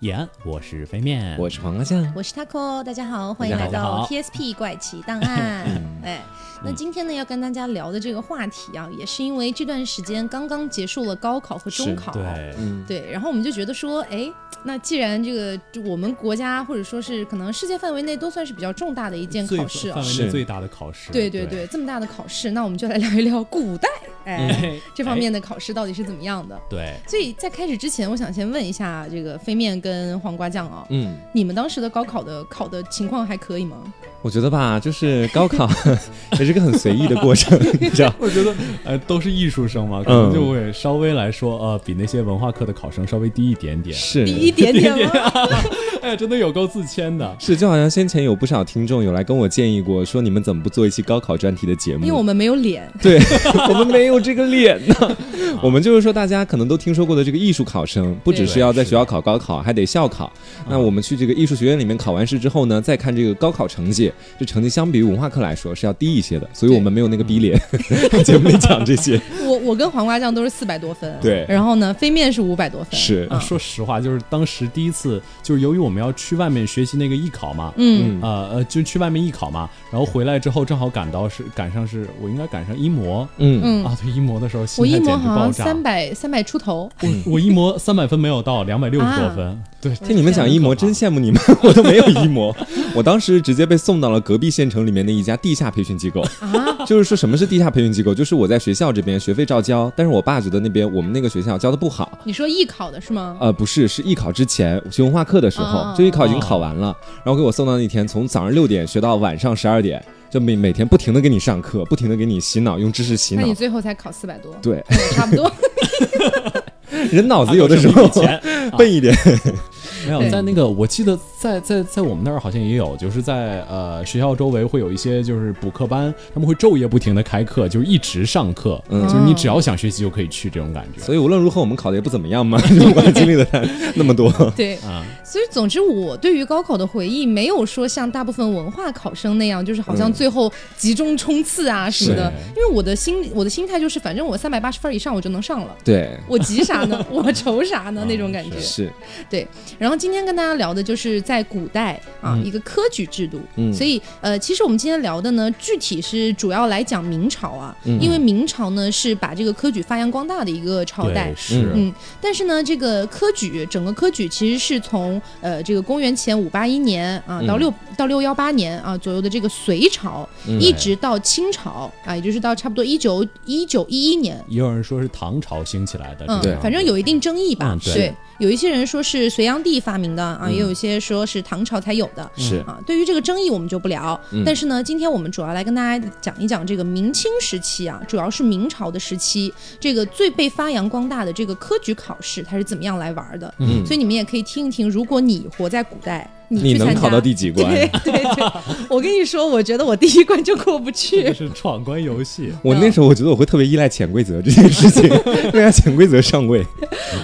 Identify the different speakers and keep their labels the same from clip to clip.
Speaker 1: 野安，我是飞面，
Speaker 2: 我是黄瓜酱。
Speaker 3: 我是 Taco，大家好，欢迎
Speaker 2: 大家
Speaker 3: 来到
Speaker 1: 好
Speaker 3: TSP 怪奇档案。哎，那今天呢要跟大家聊的这个话题啊，也是因为这段时间刚刚结束了高考和中考，
Speaker 1: 对，
Speaker 2: 嗯，
Speaker 3: 对，然后我们就觉得说，哎，那既然这个就我们国家或者说是可能世界范围内都算是比较重大的一件
Speaker 1: 最
Speaker 3: 考试啊
Speaker 1: 范，围内
Speaker 2: 是
Speaker 1: 最大的考试，
Speaker 3: 对对对，这么大的考试，那我们就来聊一聊古代，哎，
Speaker 1: 对，
Speaker 3: 这方面的考试到底是怎么样的？
Speaker 1: 哎对，
Speaker 3: 所以在开始之前，我想先问一下这个飞面跟黄瓜酱啊、
Speaker 2: 嗯，
Speaker 3: 你们当时的高考的考的情况还可以吗？
Speaker 2: 我觉得吧，就是高考 也是个很随意的过 程， 你知道？嗯
Speaker 1: 我觉得呃都是艺术生嘛，可能就会稍微来说呃比那些文化课的考生稍微低一点点，
Speaker 2: 是
Speaker 3: 比一 点点吗？
Speaker 1: 哎呀，真的有够自谦的，啊
Speaker 2: 是，就好像先前有不少听众有来跟我建议过，说你们怎么不做一期高考专题的节目？
Speaker 3: 因为我们没有脸，
Speaker 2: 对 我们没有这个脸 呢。我们就是说，大家可能都听说过的这个艺术考生，不只
Speaker 3: 对
Speaker 2: 是要在
Speaker 1: 是
Speaker 2: 学校考高考，还得校考。那我们去这个艺术学院里面考完试之后呢，再看这个高考成绩，这成绩相比于文化课来说是要低一些的，所以我们没有那个逼脸。 节目里讲这些，
Speaker 3: 我我跟黄瓜酱都是四百多分，
Speaker 2: 对
Speaker 3: 然后呢，飞面是五百多分，
Speaker 2: 是
Speaker 3: 嗯
Speaker 1: 啊说实话，就是当时第一次，就是由于我们要去外面学习那个艺考嘛，
Speaker 3: 嗯，
Speaker 1: 呃呃，就去外面艺考嘛，然后回来之后正好赶到是赶上是我应该赶上一模、
Speaker 2: 嗯
Speaker 3: 嗯
Speaker 1: 啊，对一模的时候心
Speaker 3: 我
Speaker 1: 态
Speaker 3: 一模
Speaker 1: 简直
Speaker 3: 好
Speaker 1: 爆
Speaker 3: 像
Speaker 1: 炸，
Speaker 3: 三百三百 出头，
Speaker 1: 我我一模三百分没有到，两百六十多
Speaker 3: 啊
Speaker 1: 分，对，
Speaker 2: 听你们讲一模，真羡慕你们， 我都没有一模。我当时直接被送到了隔壁县城里面的一家地下培训机构。
Speaker 3: 啊
Speaker 2: 就是说什么是地下培训机构？就是我在学校这边学费照交，但是我爸觉得那边我们那个学校教的不好，
Speaker 3: 你说艺考的是
Speaker 1: 啊
Speaker 3: 吗？
Speaker 2: 呃，不是，是艺考之前学文化课的时
Speaker 3: 哦
Speaker 2: 候
Speaker 3: 哦，
Speaker 2: 就艺考已经考完了，然后给我送到那天，从早上六点学到晚上十二点，就每每天不停的给你上课，不停的给你洗脑，用知识洗
Speaker 3: 那
Speaker 2: 脑
Speaker 3: 你。最后才考四百多，嗯
Speaker 2: 对，
Speaker 3: 差不多。
Speaker 2: 人脑
Speaker 3: 啊
Speaker 2: 子有啊的时候
Speaker 1: 啊钱
Speaker 2: 笨一点，
Speaker 1: 没有
Speaker 3: 对
Speaker 1: 在那个，我记得在在在我们那儿好像也有，就是在呃学校周围会有一些就是补课班，他们会昼夜不停的开课，就是一直上课，
Speaker 2: 嗯
Speaker 1: 就是你只要想学习就可以去这种感觉。
Speaker 2: 所以无论如何我们考的也不怎么样嘛， 就不管经历了那么多。
Speaker 3: 对，
Speaker 1: 啊，
Speaker 3: 所以总之我对于高考的回忆没有说像大部分文化考生那样，就是好像最后集中冲刺啊什么的
Speaker 1: 是，
Speaker 3: 因为我的心我的心态就是，反正我三百八十分以上我就能上了。
Speaker 2: 对，
Speaker 3: 我急啥呢？ 我愁啥
Speaker 2: 啊
Speaker 3: 呢？那种感觉。
Speaker 2: 是，
Speaker 3: 然后今天跟大家聊的就是在古代啊、一个科举制度，
Speaker 2: 嗯
Speaker 3: 所以呃，其实我们今天聊的呢，具体是主要来讲明朝啊，
Speaker 2: 嗯
Speaker 3: 因为明朝呢是把这个科举发扬光大的一个朝代
Speaker 1: 对，。是，
Speaker 3: 嗯但是呢，这个科举整个科举其实是从呃这个公元前五八一年啊到
Speaker 2: 嗯
Speaker 3: 六、到六幺八年啊左右的这个隋朝，
Speaker 2: 嗯
Speaker 3: 一直到清朝啊，也就是到差不多一九一九一一年
Speaker 1: 也有人说是唐朝兴起来的，
Speaker 3: 嗯
Speaker 1: 这
Speaker 2: 啊
Speaker 1: 样，
Speaker 3: 反正有一定争议吧。
Speaker 1: 嗯对
Speaker 3: 有一些人说是隋炀帝发明的啊，
Speaker 2: 嗯
Speaker 3: 也有一些说是唐朝才有的。
Speaker 2: 是，
Speaker 3: 啊，对于这个争议我们就不聊，
Speaker 2: 嗯
Speaker 3: 但是呢，今天我们主要来跟大家讲一讲这个明清时期啊，主要是明朝的时期，这个最被发扬光大的这个科举考试，它是怎么样来玩的？
Speaker 2: 嗯
Speaker 3: 所以你们也可以听一听，如果你活在古代，你
Speaker 2: 你
Speaker 3: 去参
Speaker 2: 能
Speaker 3: 加
Speaker 2: 考到第几关？
Speaker 3: 对对对，我跟你说，我觉得我第一关就过 不
Speaker 1: 这
Speaker 3: 去。
Speaker 1: 是闯关游戏，
Speaker 2: 我那时候我觉得我会特别依赖潜规则这件事 情，对啊，潜规则上位。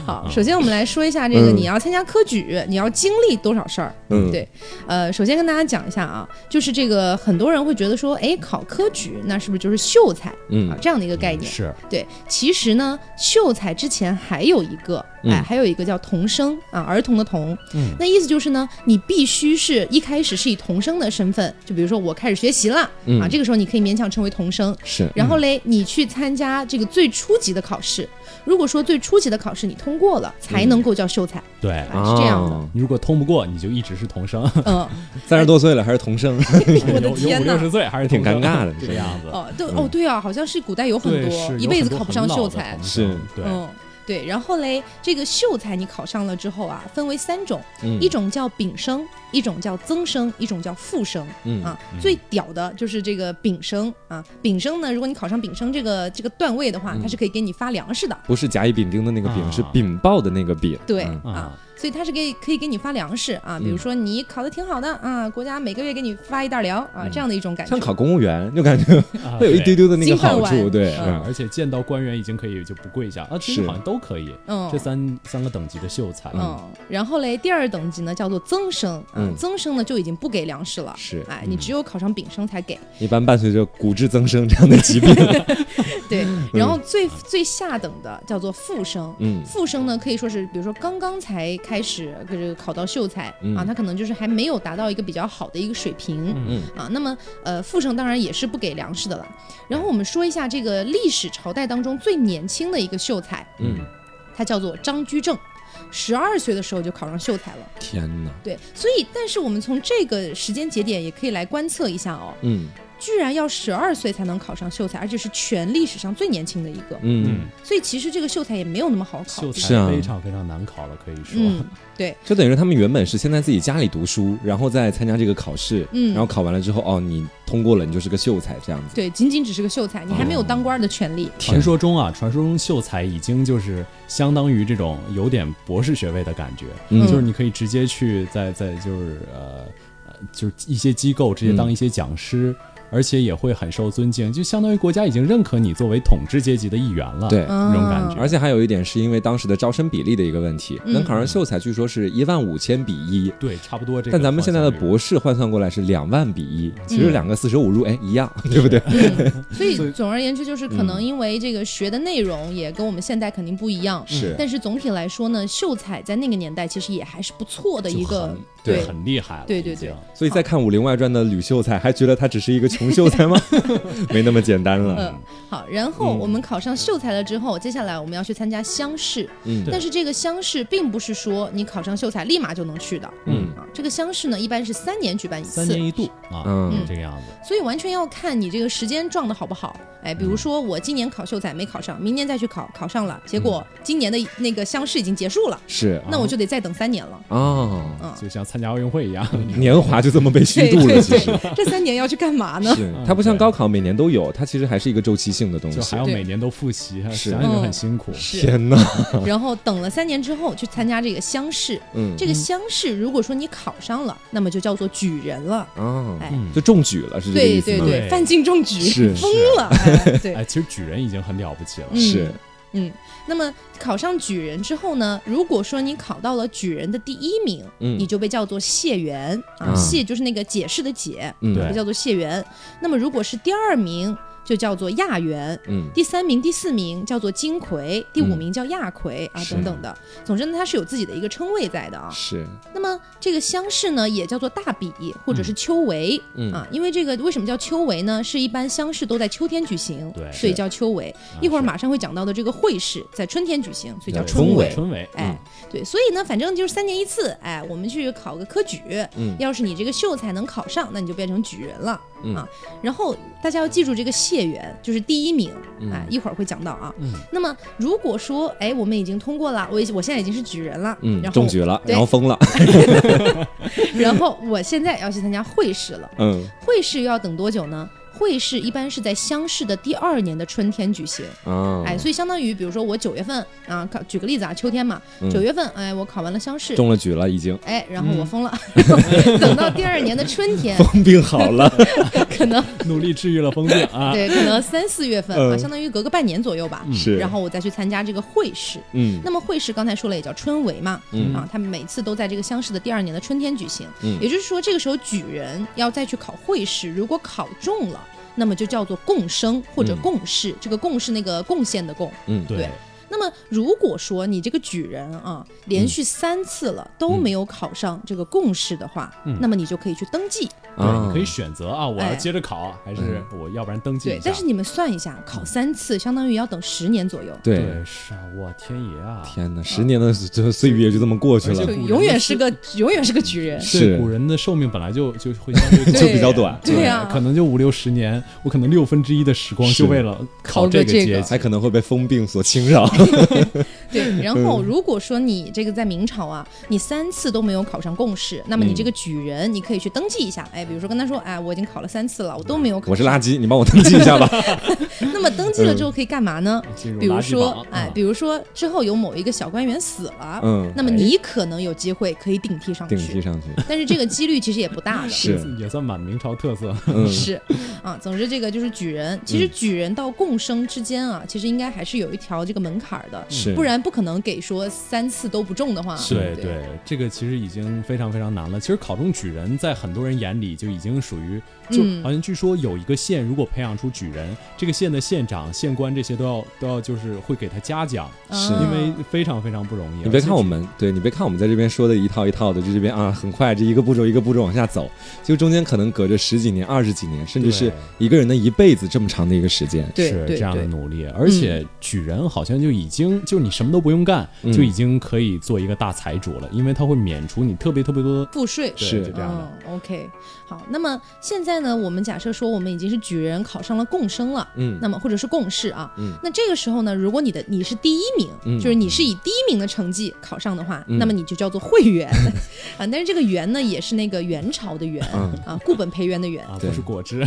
Speaker 3: 好，首先我们来说一下这个，
Speaker 2: 嗯
Speaker 3: 你要参加科举，你要经历多少事儿？
Speaker 2: 嗯，
Speaker 3: 对，呃，首先跟大家讲一下啊，就是这个很多人会觉得说，哎，考科举那是不是就是秀才啊
Speaker 2: 嗯
Speaker 3: 这样的一个概念？
Speaker 1: 是
Speaker 3: 对，其实呢，秀才之前还有一个，哎，
Speaker 2: 嗯
Speaker 3: 还有一个叫童生啊，儿童的童。
Speaker 1: 嗯
Speaker 3: 那意思就是呢，你必须是一开始是以童生的身份，就比如说我开始学习了、啊，
Speaker 2: 嗯，
Speaker 3: 这个时候你可以勉强成为童生。
Speaker 2: 是，
Speaker 3: 然后
Speaker 1: 嗯
Speaker 3: 嘞，你去参加这个最初级的考试。如果说最初级的考试你通过了，才
Speaker 1: 嗯
Speaker 3: 能够叫 秀才，
Speaker 1: 对。
Speaker 3: 啊是这样的
Speaker 2: 哦。
Speaker 1: 你如果通不过，你就一直是童生。
Speaker 3: 嗯，
Speaker 2: 三十多岁了还是童生，
Speaker 3: 我
Speaker 1: 有
Speaker 3: 的
Speaker 1: 有
Speaker 3: 天
Speaker 1: 五
Speaker 3: 哪
Speaker 1: 六！十岁还是
Speaker 2: 挺
Speaker 1: 童生
Speaker 2: 尴尬的
Speaker 1: 这个样子。
Speaker 3: 哦，对哦，对啊，好像是古代有
Speaker 1: 嗯
Speaker 3: 很
Speaker 1: 对，
Speaker 3: 多
Speaker 1: 是
Speaker 3: 一
Speaker 1: 有
Speaker 3: 辈
Speaker 1: 很
Speaker 3: 子
Speaker 1: 多
Speaker 3: 考不
Speaker 1: 很
Speaker 3: 上
Speaker 1: 老
Speaker 3: 秀
Speaker 1: 的
Speaker 3: 才
Speaker 1: 童，
Speaker 2: 是
Speaker 1: 生对，
Speaker 3: 嗯。对，然后嘞，这个秀才你考上了之后啊，分为三种，
Speaker 2: 嗯
Speaker 3: 一种叫丙生，一种叫增生，一种叫复生
Speaker 2: 嗯
Speaker 3: 啊。最屌的就是这个丙生啊，丙生呢，如果你考上丙生这个这个段位的话，
Speaker 1: 嗯
Speaker 3: 它是可以给你发粮食的，
Speaker 2: 不是甲乙丙丁的那个
Speaker 1: 啊
Speaker 2: 丙，是禀报的那个丙。
Speaker 3: 对
Speaker 2: 嗯
Speaker 3: 啊
Speaker 1: 啊，
Speaker 3: 所以它是给可以给你发粮食啊，比如说你考得挺好的啊，国家每个月给你发一袋粮啊，这样的一种感觉
Speaker 2: 像。考公务员，就感觉
Speaker 1: 啊
Speaker 2: 会有一
Speaker 1: 对
Speaker 2: 丢丢的那
Speaker 3: 金
Speaker 2: 个
Speaker 3: 饭
Speaker 2: 好
Speaker 3: 碗
Speaker 2: 处，对，
Speaker 3: 是
Speaker 2: 嗯
Speaker 1: 而且见到官员已经可以就不跪下啊，其实
Speaker 2: 是
Speaker 1: 好像都可以。
Speaker 3: 嗯
Speaker 1: 这三三个等级的秀才，
Speaker 3: 嗯，然后嘞，第二等级呢叫做增生啊
Speaker 2: 嗯，
Speaker 3: 增生呢就已经不给粮食了，
Speaker 2: 是
Speaker 3: 哎，你只有考上丙生才给。
Speaker 2: 一般伴随着骨质增生这样的疾 病。
Speaker 3: 对，然后最最下等的叫做复生。
Speaker 2: 嗯
Speaker 3: 复生呢，可以说是，比如说刚刚才开始这个考到秀才、
Speaker 2: 嗯
Speaker 3: 啊，他可能就是还没有达到一个比较好的一个水平。
Speaker 2: 嗯
Speaker 3: 啊，那么呃，富盛当然也是不给粮食的了。然后我们说一下这个历史朝代当中最年轻的一个秀才，
Speaker 2: 嗯，
Speaker 3: 他叫做张居正，十二岁的时候就考上秀才了。
Speaker 2: 天哪，
Speaker 3: 对，所以但是我们从这个时间节点也可以来观测一下哦，
Speaker 2: 嗯
Speaker 3: 居然要十二岁才能考上秀才，而且是全历史上最年轻的一个。
Speaker 2: 嗯，，
Speaker 3: 所以其实这个秀才也没有那么好考
Speaker 1: 秀。
Speaker 2: 是啊
Speaker 1: 才非常非常难考了，可以说。
Speaker 3: 嗯，
Speaker 2: 就等于说他们原本是先在自己家里读书，然后再参加这个考试，
Speaker 3: 嗯
Speaker 2: 然后考完了之后，哦，你通过了，你就是个秀才这样子。
Speaker 3: 对，仅仅只是个秀才，你还没有当官的权利。
Speaker 1: 传说中啊，传说中秀才已经就是相当于这种有点博士学位的感觉，
Speaker 2: 嗯
Speaker 1: 就是你可以直接去在在就是呃呃，就是一些机构直接
Speaker 2: 嗯
Speaker 1: 当一些讲师，而且也会很受尊敬，就相当于国家已经认可你作为统治阶级的一员了。
Speaker 2: 对，
Speaker 3: 嗯
Speaker 1: 那种感觉
Speaker 2: 而且还有一点是因为当时的招生比例的一个问题，
Speaker 3: 嗯
Speaker 2: 能考上秀才据说是一万五千比一。
Speaker 1: 对，差不多这个换算
Speaker 2: 但
Speaker 1: 率。
Speaker 2: 咱们现在的博士换算过来是两万比一，其实
Speaker 3: 嗯
Speaker 2: 两个四舍五入，哎，一样，对不对？
Speaker 3: 嗯，所
Speaker 1: 所
Speaker 3: 以
Speaker 1: 以嗯
Speaker 3: 总而言之，就是可能因为这个学的内容也跟我们现代肯定不一样，
Speaker 2: 是
Speaker 3: 但是总体来说呢，秀才在那个年代其实也还是不错的一个，
Speaker 2: 对
Speaker 1: 就很厉害了，
Speaker 3: 对对
Speaker 1: 已经
Speaker 3: 对
Speaker 2: 所以在看《武林外传》的吕秀才，还觉得他只是一个穷秀 才吗？没那么简单
Speaker 3: 嗯、
Speaker 2: 了。
Speaker 3: 好。然
Speaker 1: 嗯
Speaker 3: 后我们考上秀才了之后，接下来我们要去参加乡试，
Speaker 2: 嗯
Speaker 3: 但是这个乡试并不是说你考上秀才立马就能去的，
Speaker 2: 嗯
Speaker 3: 啊，这个乡试呢一般是三年举办一次，
Speaker 1: 三年一度啊，
Speaker 2: 嗯
Speaker 1: 这个样子。
Speaker 3: 所以完全要看你这个时间撞的好不好。哎，
Speaker 1: 嗯
Speaker 3: 比如说我今年考秀才没考上，明年再去考，考上了，结果
Speaker 1: 嗯
Speaker 3: 今年的那个乡试已经结束了，
Speaker 2: 是
Speaker 1: 啊
Speaker 3: 那我就得再等三年了。
Speaker 2: 哦，
Speaker 3: 嗯，
Speaker 1: 就像参加奥运会一样，
Speaker 2: 年华就这么被虚
Speaker 3: 对
Speaker 2: 度了，
Speaker 3: 对
Speaker 2: 其实。
Speaker 3: 对，这三年要去干嘛
Speaker 1: 嗯
Speaker 3: 呢？
Speaker 2: 是，它不像高考每年都有，它其实还是一个周期性的 东
Speaker 1: 就
Speaker 2: 西
Speaker 1: 还。要
Speaker 3: 对
Speaker 1: 每年都复习，
Speaker 2: 是
Speaker 1: 想想就很辛苦。
Speaker 3: 嗯是，
Speaker 2: 天哪，
Speaker 3: 然后等了三年之后去参加这个乡试，
Speaker 2: 嗯，
Speaker 3: 这个乡试如果说你考上了，那么就叫做举人了。
Speaker 2: 哦
Speaker 3: 哎，
Speaker 1: 嗯
Speaker 2: 就中举了，是这个意
Speaker 3: 对
Speaker 2: 思
Speaker 3: 对
Speaker 2: 吗？
Speaker 1: 对
Speaker 3: 对，范进中举，
Speaker 2: 嗯是
Speaker 3: 疯了。哎 对
Speaker 1: 哎，，其实举人已经很了不起了。
Speaker 3: 嗯
Speaker 2: 是，
Speaker 3: 嗯，那么考上举人之后呢，如果说你考到了举人的第一名，
Speaker 2: 嗯
Speaker 3: 你就被叫做解元啊，
Speaker 2: 啊
Speaker 3: 解就是那个解释的解，
Speaker 2: 嗯
Speaker 1: 对
Speaker 3: 被叫做解元。那么如果是第二名，就叫做亚元。
Speaker 2: 嗯
Speaker 3: 第三名、第四名叫做金魁，第五
Speaker 2: 嗯
Speaker 3: 名叫亚魁、啊，
Speaker 2: 是
Speaker 3: 等等的。总之呢，它是有自己的一个称谓在的啊。
Speaker 2: 是，
Speaker 3: 那么这个乡试呢，也叫做大比或者是秋闱、
Speaker 2: 嗯
Speaker 3: 啊，因为这个为什么叫秋闱呢？是一般乡试都在秋天举行，
Speaker 1: 对
Speaker 3: 所以
Speaker 2: 是
Speaker 3: 叫秋闱。
Speaker 1: 啊
Speaker 3: 一会儿
Speaker 1: 是
Speaker 3: 马上会讲到的这个会试在春天举行，所以叫
Speaker 2: 对嗯
Speaker 3: 春
Speaker 2: 闱
Speaker 3: 闱。
Speaker 1: 春闱，
Speaker 3: 哎，对，所以呢，反正就是三年一次，哎，我们去考个科举。
Speaker 2: 嗯
Speaker 3: 要是你这个秀才能考上，那你就变成举人了、
Speaker 2: 嗯
Speaker 3: 啊。然后大家要记住这个解元就是第一名，
Speaker 2: 嗯
Speaker 3: 哎，一会儿会讲到啊。
Speaker 1: 嗯
Speaker 3: 那么如果说，哎，我们已经通过了，我已我现在已经是举人了，
Speaker 2: 嗯
Speaker 3: 然，后
Speaker 2: 中举了，
Speaker 3: 对
Speaker 2: 然后疯了，
Speaker 3: 然后我现在要去参加会试了。
Speaker 2: 嗯
Speaker 3: 会试又要等多久呢？会试一般是在乡试的第二年的春天举行。
Speaker 2: 啊，
Speaker 3: 哎，所以相当于，比如说我九月份啊，考举个例子啊，秋天嘛
Speaker 2: 嗯，
Speaker 3: 九月份，哎，我考完了乡试，
Speaker 2: 中了举了，已经，
Speaker 3: 哎，然后我疯了，然后 等到第二年的春天
Speaker 2: 疯病好了，
Speaker 3: 可能
Speaker 1: 努力治愈了疯子 啊。
Speaker 3: 对，可能三四月份啊，
Speaker 2: 嗯
Speaker 3: 相当于隔个半年左右吧，
Speaker 2: 是，
Speaker 3: 嗯然后我再去参加这个会试。
Speaker 2: 嗯
Speaker 3: 那么会试刚才说了也叫春闱嘛，
Speaker 2: 嗯
Speaker 3: 啊，他们每次都在这个乡试的第二年的春天举行，
Speaker 2: 嗯
Speaker 3: 也就是说这个时候举人要再去考会试，如果考中了，那么就叫做贡生或者
Speaker 2: 嗯
Speaker 3: 贡试，这个贡是那个贡献的贡。
Speaker 2: 嗯，
Speaker 1: 对
Speaker 3: 对那么如果说你这个举人啊，连续三次了都没有考上这个贡试的话，
Speaker 1: 嗯
Speaker 3: 那么你就可以去登记。
Speaker 1: 对，你
Speaker 2: 啊
Speaker 1: 可以选择啊，我要
Speaker 3: 哎嗯
Speaker 1: 接着考，还是我要不然登记
Speaker 3: 对
Speaker 1: 一，下
Speaker 3: 但是。你们算一下，考三次相当于要等十年左右，
Speaker 2: 对，
Speaker 1: 对，是啊，我天爷啊！
Speaker 2: 天哪，十年的这岁月就这么过去
Speaker 1: 而
Speaker 2: 了
Speaker 1: 且，古人
Speaker 3: 永远
Speaker 1: 的
Speaker 3: 是个永远是个举人。
Speaker 2: 是
Speaker 1: 对，古人的寿命本来就就会相对
Speaker 2: 就比较短
Speaker 3: 对啊呀
Speaker 1: 可能就五六十年，我可能六分之一的时光
Speaker 2: 是
Speaker 1: 就为了考
Speaker 3: 考
Speaker 1: 这
Speaker 3: 个
Speaker 1: 个
Speaker 3: 这
Speaker 1: 阶
Speaker 3: 个
Speaker 1: 级。
Speaker 2: 还可能会被疯病所侵扰， 嗯
Speaker 3: 对，然后如果说你这个在明朝啊，你三次都没有考上贡试，那么
Speaker 2: 嗯
Speaker 3: 你这个举人，你可以去登记一下。哎，比如说跟他说，哎，我已经考了三次了，我都没有考。
Speaker 2: 我是垃。圾，嗯你帮我登记一下吧。
Speaker 3: 那么登记了之后可以干嘛呢？
Speaker 2: 嗯
Speaker 1: 进入
Speaker 3: 比如
Speaker 1: 垃圾
Speaker 3: 说
Speaker 1: 榜，
Speaker 3: 哎
Speaker 1: 啊，
Speaker 3: 比如说之后有某一个小官员死了，
Speaker 2: 嗯
Speaker 3: 那么你可能有机会可以顶替上
Speaker 2: 顶替
Speaker 3: 去，
Speaker 2: 上去，
Speaker 3: 但是这个几率其实也不大的。
Speaker 2: 是
Speaker 1: 也算满明朝特色。
Speaker 2: 嗯
Speaker 3: 是啊，总之这个就是举人。其实
Speaker 2: 嗯
Speaker 3: 举人到贡生之间啊，其实应该还是有一条这个门槛儿的，
Speaker 2: 是
Speaker 3: 不然不可能给说三次都不中的话。
Speaker 2: 是
Speaker 1: 对对，这个其实已经非常非常难了。其实考中举人，在很多人眼里就已经属于，就
Speaker 3: 嗯
Speaker 1: 好像据说有一个县如果培养出举人，这个县的县长、县官这些都要都要就是会给他嘉奖，
Speaker 2: 是
Speaker 3: 啊
Speaker 1: 因为非常非常不容易。
Speaker 2: 你别
Speaker 1: 而且
Speaker 2: 看我们，对你别看我们在这边说的一套一套的，就这边啊，很快这一个步骤一个步骤往下走，就中间可能隔着十几年、二十几年，甚至是
Speaker 1: 对
Speaker 2: 一个人的一辈子这么长的一个时间。
Speaker 3: 对
Speaker 1: 是
Speaker 3: 对
Speaker 1: 这样的
Speaker 3: 对嗯
Speaker 1: 努力，而且举人好像就已经就你什么都不用干，
Speaker 2: 嗯
Speaker 1: 就已经可以做一个大财主了，因为他会免除你特别特别多的
Speaker 3: 赋税
Speaker 1: 对
Speaker 2: 是
Speaker 1: 就这样的。
Speaker 3: 嗯，OK，好。那么现在呢，我们假设说我们已经是举人考上了贡生了，
Speaker 2: 嗯
Speaker 3: 那么或者是贡士啊，
Speaker 2: 嗯
Speaker 3: 那这个时候呢，如果你的你是第一名，
Speaker 2: 嗯
Speaker 3: 就是你是以第一名的成绩考上的话，
Speaker 2: 嗯
Speaker 3: 那么你就叫做会员 啊。但是这个员呢，也是那个元朝的元
Speaker 2: 嗯
Speaker 3: 啊，固本培元的元
Speaker 1: 啊，
Speaker 2: 对
Speaker 1: 不是果汁，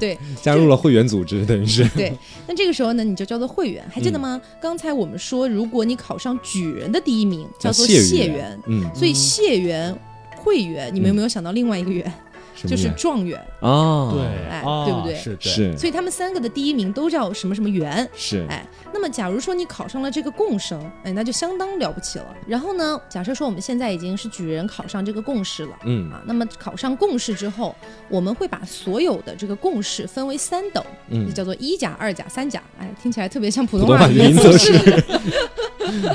Speaker 3: 对
Speaker 2: 加入了会员组织，等于是
Speaker 3: 对。那这个时候呢，你就叫做会员，还记得吗？刚才我们说，如果你考上举人的第一名，叫做
Speaker 2: 谢
Speaker 3: 谢
Speaker 2: 元
Speaker 3: 元，
Speaker 2: 嗯，
Speaker 3: 所以谢元。会员，你们有没有想到另外一个元，
Speaker 2: 什么
Speaker 3: 就是
Speaker 2: 呀
Speaker 3: 状元？
Speaker 2: 啊，
Speaker 1: 对，
Speaker 3: 哎
Speaker 1: 啊
Speaker 3: 对不对
Speaker 1: 是
Speaker 2: 是
Speaker 3: 所以他们三个的第一名都叫什么什么元。
Speaker 2: 是
Speaker 3: 哎，那么假如说你考上了这个贡生，哎，那就相当了不起了。然后呢，假设说我们现在已经是举人考上这个贡士了。
Speaker 2: 嗯
Speaker 3: 啊，那么考上贡士之后，我们会把所有的这个贡士分为三等，
Speaker 2: 嗯
Speaker 3: 就，叫做一甲、二甲、三甲。哎，听起来特别像普
Speaker 2: 普
Speaker 3: 通
Speaker 2: 通
Speaker 3: 话
Speaker 2: 话
Speaker 3: 里
Speaker 2: 语
Speaker 3: 面
Speaker 2: 音
Speaker 3: 测
Speaker 2: 测
Speaker 3: 试
Speaker 2: 试，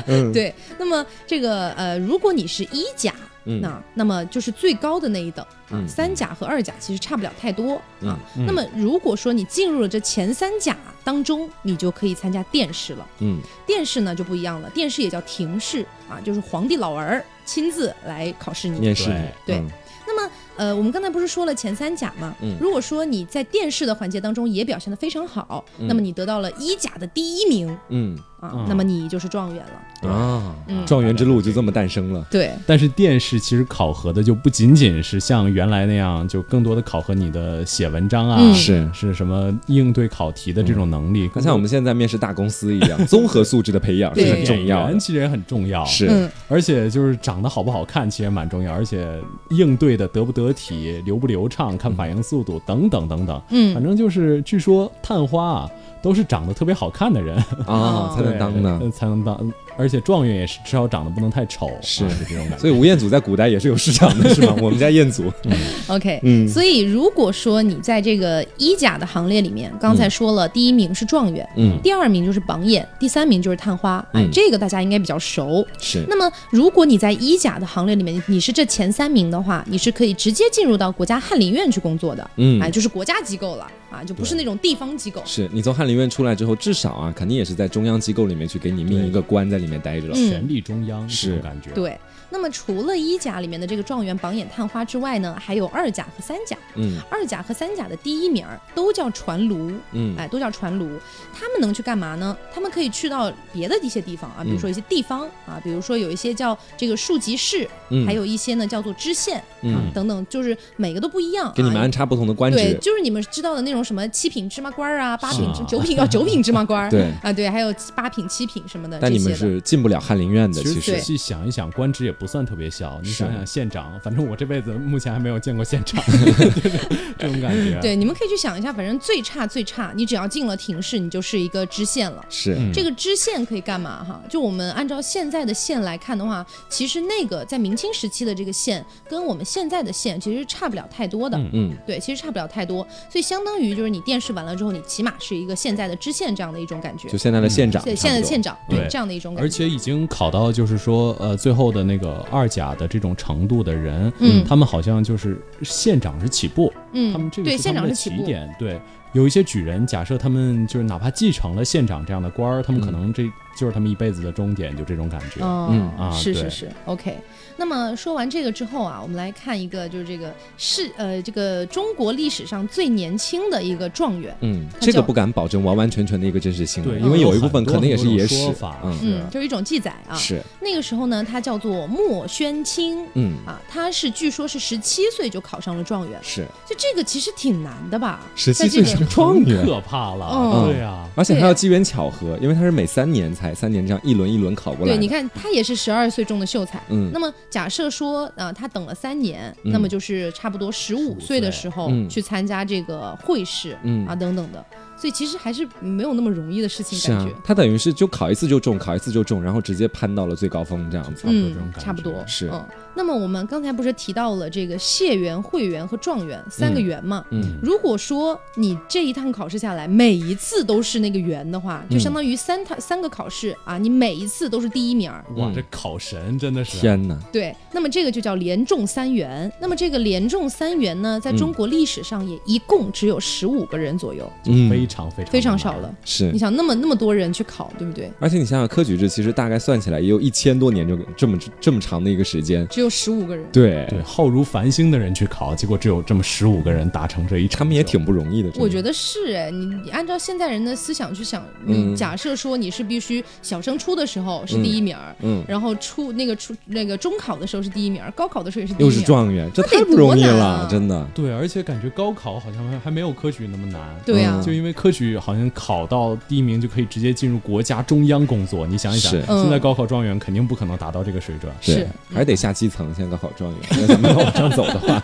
Speaker 2: 嗯，
Speaker 3: 对，那么这个呃，如果你是一甲，
Speaker 2: 嗯
Speaker 3: 那那么就是最高的那一等啊，
Speaker 2: 嗯
Speaker 3: 三甲和二甲其实差不了太多
Speaker 2: 嗯
Speaker 3: 啊。那么如果说你进入了这前三甲当中，你就可以参加殿试了。
Speaker 2: 嗯
Speaker 3: 殿试呢就不一样了，殿试也叫廷试啊，就是皇帝老儿亲自来考试你。
Speaker 2: 面试你
Speaker 3: 对
Speaker 2: 嗯
Speaker 3: 呃，我们刚才不是说了前三甲吗？
Speaker 2: 嗯
Speaker 3: 如果说你在殿试的环节当中也表现得非常好，
Speaker 2: 嗯
Speaker 3: 那么你得到了一甲的第一名
Speaker 2: 嗯
Speaker 3: 啊，
Speaker 1: 嗯
Speaker 3: 那么你就是状元了。
Speaker 2: 啊
Speaker 3: 嗯，
Speaker 2: 状元之路就这么诞生了。
Speaker 3: 对，
Speaker 1: 但是电视其实考核的就不仅仅是像原来那样，就更多的考核你的写文章啊，
Speaker 3: 嗯
Speaker 2: 是
Speaker 1: 是什么应对考题的这种能力。
Speaker 2: 嗯那像我们现在面试大公司一样，综合素质的培养是
Speaker 3: 对
Speaker 2: 很重要
Speaker 1: 演员
Speaker 2: 的。
Speaker 1: 其实也很重要，
Speaker 2: 是，
Speaker 3: 嗯，
Speaker 1: 而且就是长得好不好看其实也蛮重要，而且应对的得不得体、流不流畅、看反应速度等等等等，
Speaker 3: 嗯
Speaker 1: 反正就是据说探花啊都是长得特别好看的人
Speaker 2: 啊，
Speaker 3: 哦
Speaker 2: 才能当呢
Speaker 1: 对。呃 才能当，而且状元也是至少长得不能太丑，
Speaker 2: 是
Speaker 1: 啊这种感觉。
Speaker 2: 所以吴彦祖在古代也是有市场的，是 吗？我们家彦祖，
Speaker 3: OK，
Speaker 2: 嗯
Speaker 3: 所以如果说你在这个一甲的行列里面，刚才说了，第一名是状元，
Speaker 2: 嗯，
Speaker 3: 第二名就是榜眼，第三名就是探花，哎，
Speaker 2: 嗯
Speaker 3: 这个大家应该比较熟。
Speaker 2: 是
Speaker 3: 那么如果你在一甲的行列里面，你是这前三名的话，你是可以直接进入到国家翰林院去工作的，
Speaker 2: 嗯
Speaker 3: 哎，就是国家机构了啊，就不是那种地方机构。
Speaker 2: 是你从翰林院出来之后，至少啊，肯定也是在中央机构里面去给你命一个官在里面待着了。
Speaker 3: 嗯
Speaker 1: 权力中央
Speaker 2: 是
Speaker 1: 这种感觉，
Speaker 3: 对，那么除了一甲里面的这个状元、榜眼、探花之外呢，还有二甲和三甲。
Speaker 2: 嗯
Speaker 3: 二甲和三甲的第一名儿都叫传卢，
Speaker 2: 嗯
Speaker 3: 哎，都叫传卢。他们能去干嘛呢？他们可以去到别的一些地方啊，
Speaker 2: 嗯
Speaker 3: 比如说一些地方啊，比如说有一些叫这个庶吉士，
Speaker 2: 嗯，
Speaker 3: 还有一些呢叫做知县啊
Speaker 2: 嗯，
Speaker 3: 等等，就是每个都不一样啊。
Speaker 2: 给你们安插不同的官
Speaker 3: 对，
Speaker 2: 职，
Speaker 3: 就是你们知道的那种什么七品芝麻官儿啊，八品
Speaker 1: 是
Speaker 3: 芝、九品哦，九品芝麻官儿，
Speaker 2: 对
Speaker 3: 啊，对，还有八品、七品什么的这
Speaker 2: 但你
Speaker 3: 些
Speaker 2: 们
Speaker 3: 的。
Speaker 2: 是进不了翰林院的，
Speaker 1: 其
Speaker 2: 其
Speaker 1: 实仔
Speaker 2: 实
Speaker 1: 细想一想，官职也不算特别小。你
Speaker 2: 是
Speaker 1: 想想县长，反正我这辈子目前还没有见过县 长，就是这种感觉。啊
Speaker 3: 对，你们可以去想一下，反正最差最差，你只要进了廷试，你就是一个知县了。
Speaker 2: 是
Speaker 1: 嗯，
Speaker 3: 这个知县可以干嘛哈？就我们按照现在的县来看的话，其实那个在明清时期的这个县，跟我们现在的县其实差不了太多的。
Speaker 1: 嗯
Speaker 2: 嗯
Speaker 3: 对，其实差不了太多，所以相当于就是你电视完了之后，你起码是一个现在的知县这样的一种感觉
Speaker 2: 就，现在的县长差不
Speaker 3: 对，
Speaker 2: 多，
Speaker 3: 现在的县长
Speaker 1: 对
Speaker 3: 这样的一种感
Speaker 1: 嗯
Speaker 3: 觉，
Speaker 1: 而且已经考到就是说，呃，最后的那个二甲的这种程度的人，
Speaker 3: 嗯
Speaker 1: 他们好像就是县长是起步，
Speaker 3: 嗯，
Speaker 1: 他们这个
Speaker 3: 对
Speaker 1: 是他
Speaker 3: 县长
Speaker 1: 们
Speaker 3: 是
Speaker 1: 的
Speaker 3: 起
Speaker 1: 起
Speaker 3: 步，
Speaker 1: 点。对，有一些举人，假设他们就是哪怕继承了县长这样的官儿，他们可能这就是他们一辈子的终点，就这种感觉。
Speaker 3: 哦，
Speaker 2: 嗯
Speaker 1: 啊
Speaker 3: 是是
Speaker 1: 对
Speaker 3: 是，OK。那么说完这个之后啊，我们来看一个就是这个是呃这个中国历史上最年轻的一个状元，
Speaker 2: 嗯，
Speaker 3: 他
Speaker 2: 这个
Speaker 3: 叫
Speaker 2: 不敢保证完完全全的一个真实性，
Speaker 1: 对
Speaker 2: 因为
Speaker 1: 有
Speaker 2: 有一部
Speaker 1: 很
Speaker 2: 分
Speaker 1: 多
Speaker 2: 可能也
Speaker 1: 很
Speaker 2: 是
Speaker 1: 多
Speaker 2: 野
Speaker 1: 种
Speaker 2: 史
Speaker 1: 说法，
Speaker 2: 嗯，
Speaker 3: 嗯，就有一种记载啊，
Speaker 2: 是，
Speaker 3: 那个时候呢，他叫做莫宣卿
Speaker 2: 嗯
Speaker 3: 啊，他是据说是十七岁就考上了状元，
Speaker 2: 是，
Speaker 3: 就这个其实挺难的吧？
Speaker 2: 十
Speaker 3: 在
Speaker 2: 七
Speaker 3: 这
Speaker 2: 岁
Speaker 3: 个
Speaker 2: 是个状元，
Speaker 1: 可怕了，
Speaker 3: 嗯
Speaker 1: 对啊，
Speaker 2: 而且还要机缘巧合，因为他是每三年才三年这样一轮一轮考过来
Speaker 3: 对，
Speaker 2: 的。
Speaker 3: 你看他也是十二岁中的秀才。
Speaker 2: 嗯
Speaker 3: 那么假设说，啊，他等了三年，
Speaker 2: 嗯
Speaker 3: 那么就是差不多十五岁的时候
Speaker 2: 嗯
Speaker 3: 去参加这个会试、
Speaker 2: 嗯
Speaker 3: 啊等等的，所以其实还是没有那么容易的事情，
Speaker 2: 是
Speaker 3: 感
Speaker 2: 啊
Speaker 3: 觉。，
Speaker 2: 他等于是就考一次就中，考一次就中，然后直接攀到了最高峰这样子。
Speaker 1: 不多这种
Speaker 3: 嗯，
Speaker 1: 感
Speaker 3: 差不
Speaker 1: 觉
Speaker 3: 多
Speaker 2: 是
Speaker 3: 嗯，那么我们刚才不是提到了这个解元、会元和状元三个
Speaker 2: 嗯
Speaker 3: 元嘛？
Speaker 2: 嗯
Speaker 3: 如果说你这一趟考试下来，每一次都是那个元的话，就
Speaker 2: 嗯
Speaker 3: 相当于三趟、三个考试啊，你每一次都是第一名儿。
Speaker 1: 哇，
Speaker 2: 嗯
Speaker 1: 这考神真的是，啊
Speaker 2: 天哪，
Speaker 3: 对，那么这个就叫连中三元。那么这个连中三元呢，在中国历史上也一共只有十五个人左右，
Speaker 1: 非
Speaker 2: 嗯，
Speaker 1: 常非常
Speaker 3: 非常
Speaker 1: 难
Speaker 3: 少了。。
Speaker 2: 是
Speaker 3: 你。想那么那么多人去考，对不对？
Speaker 2: 而且你想想，科举制其实大概算起来也有一千多年，就这么这么长的一个时间。
Speaker 3: 只有十五个人。
Speaker 2: 对，
Speaker 1: 对，浩如繁星的人去考，结果只有这么十五个人达成这一成
Speaker 2: 他们也
Speaker 1: 就
Speaker 2: 挺不容易的。
Speaker 3: 我觉
Speaker 2: 得
Speaker 3: 得是哎，你你按照现代人的思想去想，
Speaker 2: 嗯
Speaker 3: 你假设说你是必须小升初的时候是第一名儿，
Speaker 2: 嗯，
Speaker 3: 然后初那个初那个中考的时候是第一名儿，高考的时候也是第一
Speaker 2: 又
Speaker 3: 名
Speaker 2: 是
Speaker 3: 儿，
Speaker 2: 状元，这
Speaker 3: 哎那得
Speaker 2: 太不容易
Speaker 3: 多难
Speaker 2: 了，
Speaker 3: 啊
Speaker 2: 真的。
Speaker 1: 对，而且感觉高考好像还还没有科举那么难。
Speaker 3: 对呀、
Speaker 2: 嗯
Speaker 1: 就因为科举好像考到第一名就可以直接进入国家中央工作，你想一想，
Speaker 2: 是
Speaker 3: 嗯
Speaker 1: 现在高考状元肯定不可能达到这个水准。
Speaker 3: 是
Speaker 2: 对还得下基层，现在高考状元，要咱们往上走的话，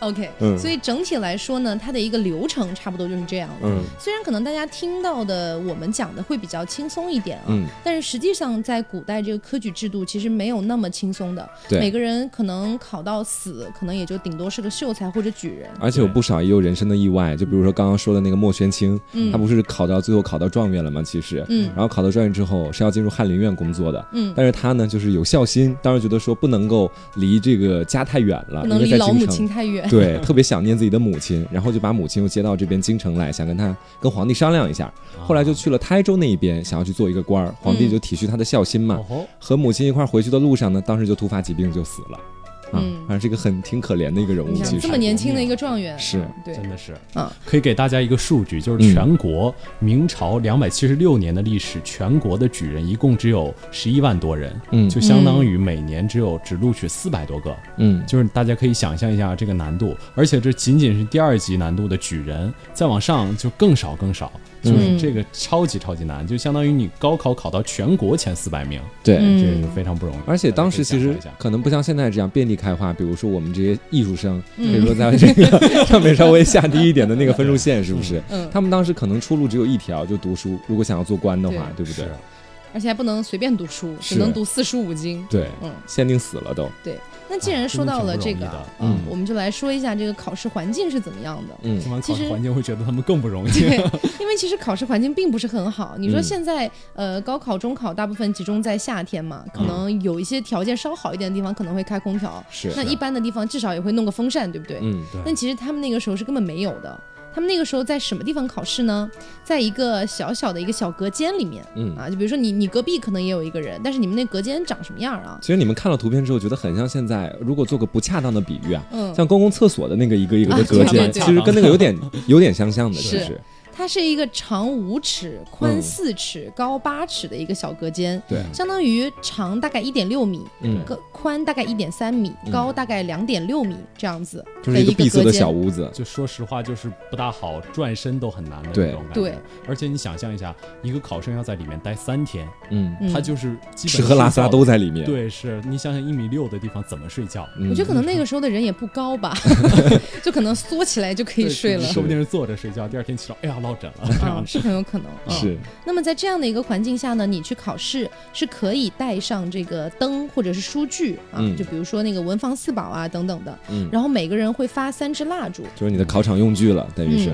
Speaker 3: OK，、
Speaker 2: 嗯
Speaker 3: 所以整体来说呢，它的一个流程差不多就是这样了。
Speaker 2: 嗯
Speaker 3: 虽然可能大家听到的我们讲的会比较轻松一点啊，
Speaker 2: 嗯，
Speaker 3: 但是实际上在古代这个科举制度其实没有那么轻松的。每
Speaker 2: 对。
Speaker 3: 个人可能考到死，可能也就顶多是个秀才或者举人。
Speaker 2: 而且有不少也有人生的意外，就比如说刚刚说的那个莫玄清，
Speaker 3: 嗯
Speaker 2: 他不是考到最后考到状元了吗？其实，
Speaker 3: 嗯
Speaker 2: 然后考到状元之后是要进入翰林院工作的，
Speaker 3: 嗯，
Speaker 2: 但是他呢就是有孝心，当时觉得说不能够离这个家太远了，
Speaker 3: 不能
Speaker 2: 因为
Speaker 3: 离
Speaker 2: 啊在
Speaker 3: 老
Speaker 2: 京
Speaker 3: 母
Speaker 2: 城
Speaker 3: 亲太远。
Speaker 2: 对，特别想念自己的母亲，然后就把母亲又接到这边京城来，想跟他跟皇帝商量一下。
Speaker 3: 哦
Speaker 1: 嗯
Speaker 2: 后来就去了台州那一边，想要去做一个官儿。皇帝就体恤他的孝心嘛，
Speaker 1: 哦吼，
Speaker 2: 和母亲一块儿回去的路上呢，当时就突发疾病就死了。啊，
Speaker 3: 嗯
Speaker 2: 反正是一个很挺可怜的一个人物
Speaker 3: 你，
Speaker 2: 其
Speaker 3: 想
Speaker 2: 实
Speaker 3: 这么年轻的一个状元，
Speaker 2: 是
Speaker 3: 对，
Speaker 1: 真的是
Speaker 3: 啊
Speaker 1: 可以给大家一个数据，就是全国明朝两百七十六年的历史，全国的举人一共只有十一万多人，
Speaker 2: 嗯
Speaker 1: 就相当于每年只有只录取四百多个，
Speaker 2: 嗯，
Speaker 1: 就是大家可以想象一下这个难度，而且这仅仅是第二级难度的举人，再往上就更少更少，就是
Speaker 3: 嗯
Speaker 1: 这个超级超级难，就相当于你高考考到全国前四百名，
Speaker 2: 对。
Speaker 3: 嗯
Speaker 1: 这个非常不容易。
Speaker 2: 而且当
Speaker 1: 大
Speaker 2: 时
Speaker 1: 家
Speaker 2: 其
Speaker 1: 可以
Speaker 2: 实
Speaker 1: 想象一下
Speaker 2: 可能不像现在这样遍地开花，比如说我们这些艺术生，可
Speaker 3: 嗯
Speaker 2: 以说在这 个上面稍微下低一点的那个分数线，是不是？
Speaker 3: 嗯，
Speaker 2: 他们当时可能出路只有一条，就读书。如果想要做官的话，对不对
Speaker 1: 是？
Speaker 3: 而且还不能随便读书，只
Speaker 2: 是
Speaker 1: 哎
Speaker 3: 能读四书五经。
Speaker 2: 对，
Speaker 3: 嗯，
Speaker 2: 限定死了都。
Speaker 3: 对。那既然说到了这个
Speaker 1: 哎真的挺不容易的，
Speaker 2: 嗯
Speaker 3: 嗯，我们就来说一下这个考试环境是怎么样的。
Speaker 2: 嗯
Speaker 1: 听完考
Speaker 3: 其
Speaker 1: 试
Speaker 3: 实
Speaker 1: 环境会觉得他们更不容易。
Speaker 3: 对，因为其实考试环境并不是很好。你说
Speaker 2: 嗯
Speaker 3: 现在、呃，高考、中考大部分集中在夏
Speaker 2: 嗯
Speaker 3: 天嘛，可能有一些条件稍好一点的地方可能会开空调，
Speaker 2: 是
Speaker 3: 那一般的地方至少也会弄个风扇，对不对？
Speaker 2: 嗯
Speaker 1: 对
Speaker 3: 但其实他们那个时候是根本没有的。他们那个时候在什么地方考试呢？在一个小小的一个小隔间里面
Speaker 2: 嗯。
Speaker 3: 啊，就比如说你你隔壁可能也有一个人，但是你们那隔间长什么样啊？
Speaker 2: 其实你们看了图片之后，觉得很像现在，如果做个不恰当的比喻啊，
Speaker 3: 嗯，
Speaker 2: 像公共厕所的那个一个一个的
Speaker 3: 啊
Speaker 2: 隔
Speaker 3: 对
Speaker 2: 间，
Speaker 3: 对对
Speaker 2: 其实跟那个有点有点相像的，
Speaker 1: 是
Speaker 2: 其实
Speaker 3: 它是一个长五尺、宽
Speaker 2: 嗯
Speaker 3: 四尺、高八尺的一个小隔间，
Speaker 2: 对，
Speaker 3: 相当于长大概一点六米，
Speaker 2: 嗯，
Speaker 3: 个宽大概一点三米，
Speaker 2: 嗯
Speaker 3: 高大概两点六米这样子
Speaker 2: 就是
Speaker 3: 的
Speaker 2: 一个闭
Speaker 3: 隔
Speaker 2: 塞
Speaker 3: 间。
Speaker 2: 的小屋子，
Speaker 1: 就说实话，就是不大好，转身都很难的
Speaker 2: 对
Speaker 1: 那种感觉。
Speaker 3: 对，
Speaker 1: 而且你想象一下，一个考生要在里面待三天，
Speaker 2: 嗯，
Speaker 3: 嗯
Speaker 1: 他就是基本
Speaker 2: 吃喝拉撒都在里面，
Speaker 1: 对，是你想想一米六的地方怎么睡觉？
Speaker 2: 嗯，
Speaker 3: 我觉得可能那个时候的人也不高 吧，就可能缩起来就可以睡了
Speaker 1: 对，说不定是坐着睡觉，第二天起床，哎呀落枕了。
Speaker 3: 啊，是很有可能。嗯、。
Speaker 2: 是
Speaker 3: 那么在这样的一个环境下呢，你去考试是可以带上这个灯或者是书具啊，
Speaker 2: 嗯
Speaker 3: 就比如说那个文房四宝啊等等的。
Speaker 2: 嗯
Speaker 3: 然后每个人会发三支蜡烛。
Speaker 2: 就是你的考场用具了，等于是，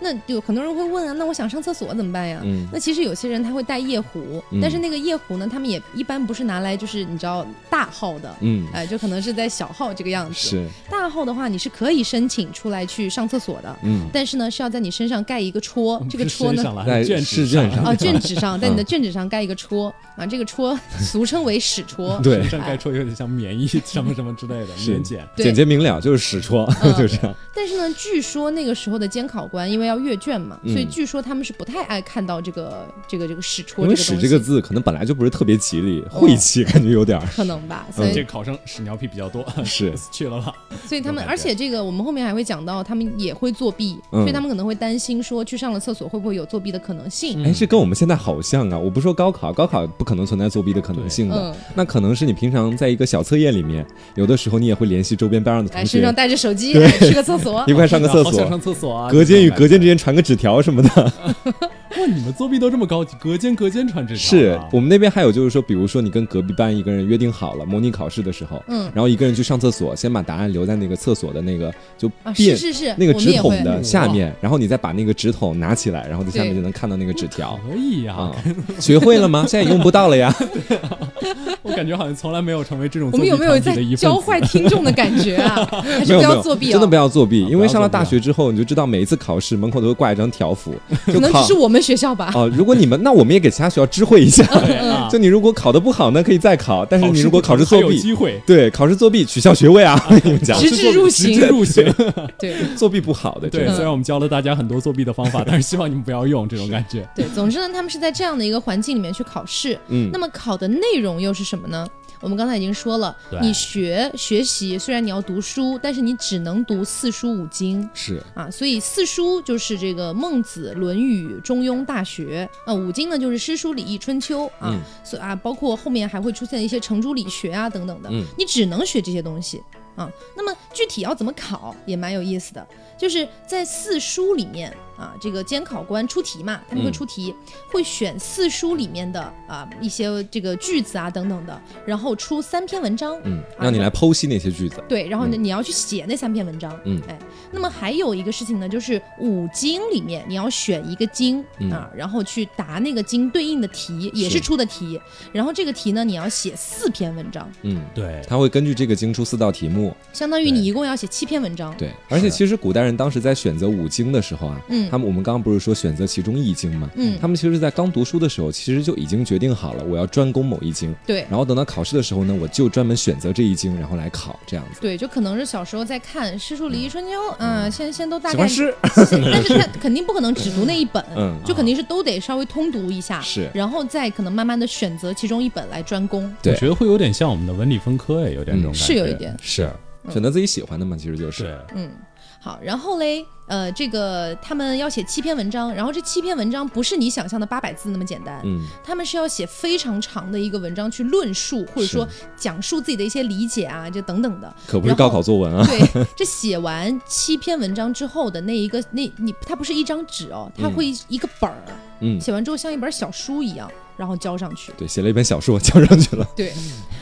Speaker 3: 那有很多人会问啊，那我想上厕所怎么办呀？
Speaker 2: 嗯
Speaker 3: 那其实有些人他会带夜壶，
Speaker 2: 嗯
Speaker 3: 但是那个夜壶呢，他们也一般不是拿来就是你知道大号的，
Speaker 2: 嗯，
Speaker 3: 哎，就可能是在小号这个样子。
Speaker 2: 是，
Speaker 3: 大号的话，你是可以申请出来去上厕所的，
Speaker 2: 嗯，
Speaker 3: 但是呢，是要在你身上盖一个戳，这个戳
Speaker 1: 戳
Speaker 3: 呢
Speaker 1: 上。了，
Speaker 2: 在
Speaker 1: 卷
Speaker 2: 试
Speaker 1: 纸
Speaker 2: 卷上
Speaker 1: 上，
Speaker 3: 啊，卷纸上，在
Speaker 2: 嗯
Speaker 3: 你的卷纸上盖一个戳啊，这个戳俗称为屎戳。
Speaker 2: 对
Speaker 1: 上该戳有点像棉衣什么什么之类的
Speaker 2: 是
Speaker 1: 棉剪。
Speaker 3: 对
Speaker 2: 简洁明了，就是屎戳，
Speaker 3: 嗯
Speaker 2: 就这样，
Speaker 3: 但是呢，据说那个时候的监考官，因为要要阅卷嘛，
Speaker 2: 嗯
Speaker 3: 所以据说他们是不太爱看到这个这个这个史戳
Speaker 2: 因为“
Speaker 3: 这个东
Speaker 2: 屎”
Speaker 3: 西，哦
Speaker 2: 这个字可能本来就不是特别吉利，晦气 感觉有点儿。
Speaker 3: 可能吧，所
Speaker 2: 嗯
Speaker 1: 这
Speaker 3: 以、
Speaker 1: 个考生屎尿屁比较多，
Speaker 3: 嗯
Speaker 2: 是
Speaker 1: 去了吧？
Speaker 3: 所以他们，
Speaker 1: 有感觉
Speaker 3: 而且这个我们后面还会讲到，他们也会作弊，
Speaker 2: 嗯
Speaker 3: 所以他们可能会担心说去上了厕所会不会有作弊的可能性，
Speaker 2: 哎，这跟我们现在好像啊！我不说高考，高考不可能存在作弊的可能性的，
Speaker 3: 嗯，
Speaker 2: 那可能是你平常在一个小测验里面，有的时候你也会联系周边班上的
Speaker 3: 哎，
Speaker 2: 同
Speaker 3: 身上
Speaker 2: 学，
Speaker 3: 带着手机，哎去个厕所
Speaker 2: 一，块 上个厕
Speaker 1: 好想
Speaker 2: 所，
Speaker 1: 上厕所啊！
Speaker 2: 隔间
Speaker 1: 这
Speaker 2: 与
Speaker 1: 种感觉
Speaker 2: 隔间之间传个纸条什么的。
Speaker 1: 哇，你们作弊都这么高级，隔间隔间传纸条
Speaker 2: 是
Speaker 1: 啊
Speaker 2: 我们那边还有就是说，比如说你跟隔壁班一个人约定好了模拟考试的时候，
Speaker 3: 嗯
Speaker 2: 然后一个人去上厕所，先把答案留在那个厕所的那个就
Speaker 3: 啊，
Speaker 2: 便
Speaker 3: 是是是，
Speaker 2: 那个
Speaker 3: 我们
Speaker 2: 纸
Speaker 3: 也
Speaker 2: 筒
Speaker 3: 会
Speaker 2: 的下面，然后你再把那个纸筒拿起来，然后在下面
Speaker 3: 对
Speaker 2: 就能看到那个纸条。
Speaker 1: 可以呀、
Speaker 2: 啊，学会了吗？现在也用不到了呀。
Speaker 1: 我感觉好像从来没有成为这种
Speaker 3: 我
Speaker 1: 作
Speaker 3: 们
Speaker 1: 弊
Speaker 3: 有没有
Speaker 1: 团
Speaker 3: 在
Speaker 1: 体的一份
Speaker 3: 教
Speaker 1: 子
Speaker 3: 坏听众的感觉 啊？还
Speaker 2: 没
Speaker 3: 是
Speaker 2: 有
Speaker 3: 不
Speaker 2: 没
Speaker 3: 要
Speaker 2: 有
Speaker 3: 作弊啊！
Speaker 2: 真的不要作弊，
Speaker 1: 啊
Speaker 2: 因为上了
Speaker 1: 不要
Speaker 2: 大
Speaker 1: 作弊
Speaker 2: 学之后，你就知道每一次考试门口都会挂一张条幅，就
Speaker 3: 可能
Speaker 2: 考
Speaker 3: 只是我们学校吧。
Speaker 2: 哦。如果你们，那我们也给其他学校知会一下。
Speaker 3: 嗯
Speaker 1: 对啊
Speaker 2: 就你如果考得不好呢，可以再考；但是你如果考试
Speaker 1: 还
Speaker 2: 作
Speaker 1: 有
Speaker 2: 弊，
Speaker 1: 机会，
Speaker 2: 对，考试作弊取消学位啊！ 我跟你们讲
Speaker 3: 直，至入嗯刑
Speaker 1: 直至入 刑。
Speaker 3: 对
Speaker 2: 作弊不好的，
Speaker 1: 对，
Speaker 2: 真的
Speaker 1: 虽然我们教了大家很多作弊的方法，但是希望你们不要用这种感觉。
Speaker 3: 对，总之呢，他们是在这样的一个环境里面去考试。
Speaker 2: 嗯
Speaker 3: 那么考的内容又是什么呢？我们刚才已经说了
Speaker 1: 对，
Speaker 3: 你学学习虽然你要读书，但是你只能读四书五经
Speaker 2: 是
Speaker 3: 啊，所以四书就是这个《孟子》《论语》《中庸》《大学》啊，五经呢就是《诗书礼易春秋》啊，
Speaker 2: 嗯
Speaker 3: 所以啊，包括后面还会出现一些程朱理学啊等等的，
Speaker 2: 嗯
Speaker 3: 你只能学这些东西啊。那么具体要怎么考也蛮有意思的，就是在四书里面啊，这个监考官出题嘛，他们会
Speaker 2: 嗯
Speaker 3: 出题，会选四书里面的啊一些这个句子啊等等的，然后出三篇文章，
Speaker 2: 嗯，让你来剖析那些句子，
Speaker 3: 对，然后呢，
Speaker 2: 嗯
Speaker 3: 你要去写那三篇文章。
Speaker 2: 嗯
Speaker 3: 哎，那么还有一个事情呢，就是五经里面你要选一个经、
Speaker 2: 嗯
Speaker 3: 啊，然后去答那个经对应的题，也
Speaker 2: 是
Speaker 3: 是出的题。然后这个题呢，你要写四篇文章，
Speaker 2: 嗯，
Speaker 1: 对，
Speaker 2: 他会根据这个经出四道题目，
Speaker 3: 相当于
Speaker 1: 对
Speaker 3: 你一共要写七篇文章。
Speaker 2: 对，而且其实古代人当时在选择五经的时候啊，
Speaker 3: 嗯
Speaker 2: 他们我们刚刚不是说选择其中一经嘛，
Speaker 3: 嗯
Speaker 2: 他们其实，在刚读书的时候，其实就已经决定好了，我要专攻某一经，
Speaker 3: 对
Speaker 2: 然后等到考试的时候呢，我就专门选择这一经，然后来考这样子。
Speaker 3: 对，就可能是小时候在看《诗书礼易春秋》啊，现在现在都大
Speaker 2: 嗯喜
Speaker 3: 概
Speaker 2: 欢，诗，
Speaker 3: 但是他肯定不可能只读那一本，
Speaker 2: 嗯
Speaker 3: 就肯定是都得稍微通读一下，
Speaker 2: 是
Speaker 3: 然后再可能慢慢的选择其中一本来专攻。
Speaker 1: 我
Speaker 2: 对
Speaker 1: 觉得会有点像我们的文理分科，哎，有点这种感
Speaker 2: 嗯
Speaker 1: 觉，
Speaker 3: 是有一点
Speaker 1: 是
Speaker 2: 选择自己喜欢的嘛，其实就是。
Speaker 1: 是，
Speaker 3: 嗯，好，然后嘞，呃，这个他们要写七篇文章，然后这七篇文章不是你想象的八百字那么简单，
Speaker 2: 嗯，
Speaker 3: 他们是要写非常长的一个文章去论述，或者说讲述自己的一些理解啊，这等等的。
Speaker 2: 可不是
Speaker 3: 然后
Speaker 2: 高考作文啊。
Speaker 3: 对，这写完七篇文章之后的那一个，那你它不是一张纸哦，它会一个本儿，
Speaker 2: 嗯，
Speaker 3: 写完之后像一本小书一样，然后交上去。
Speaker 2: 对，写了一本小说交上去了。
Speaker 3: 对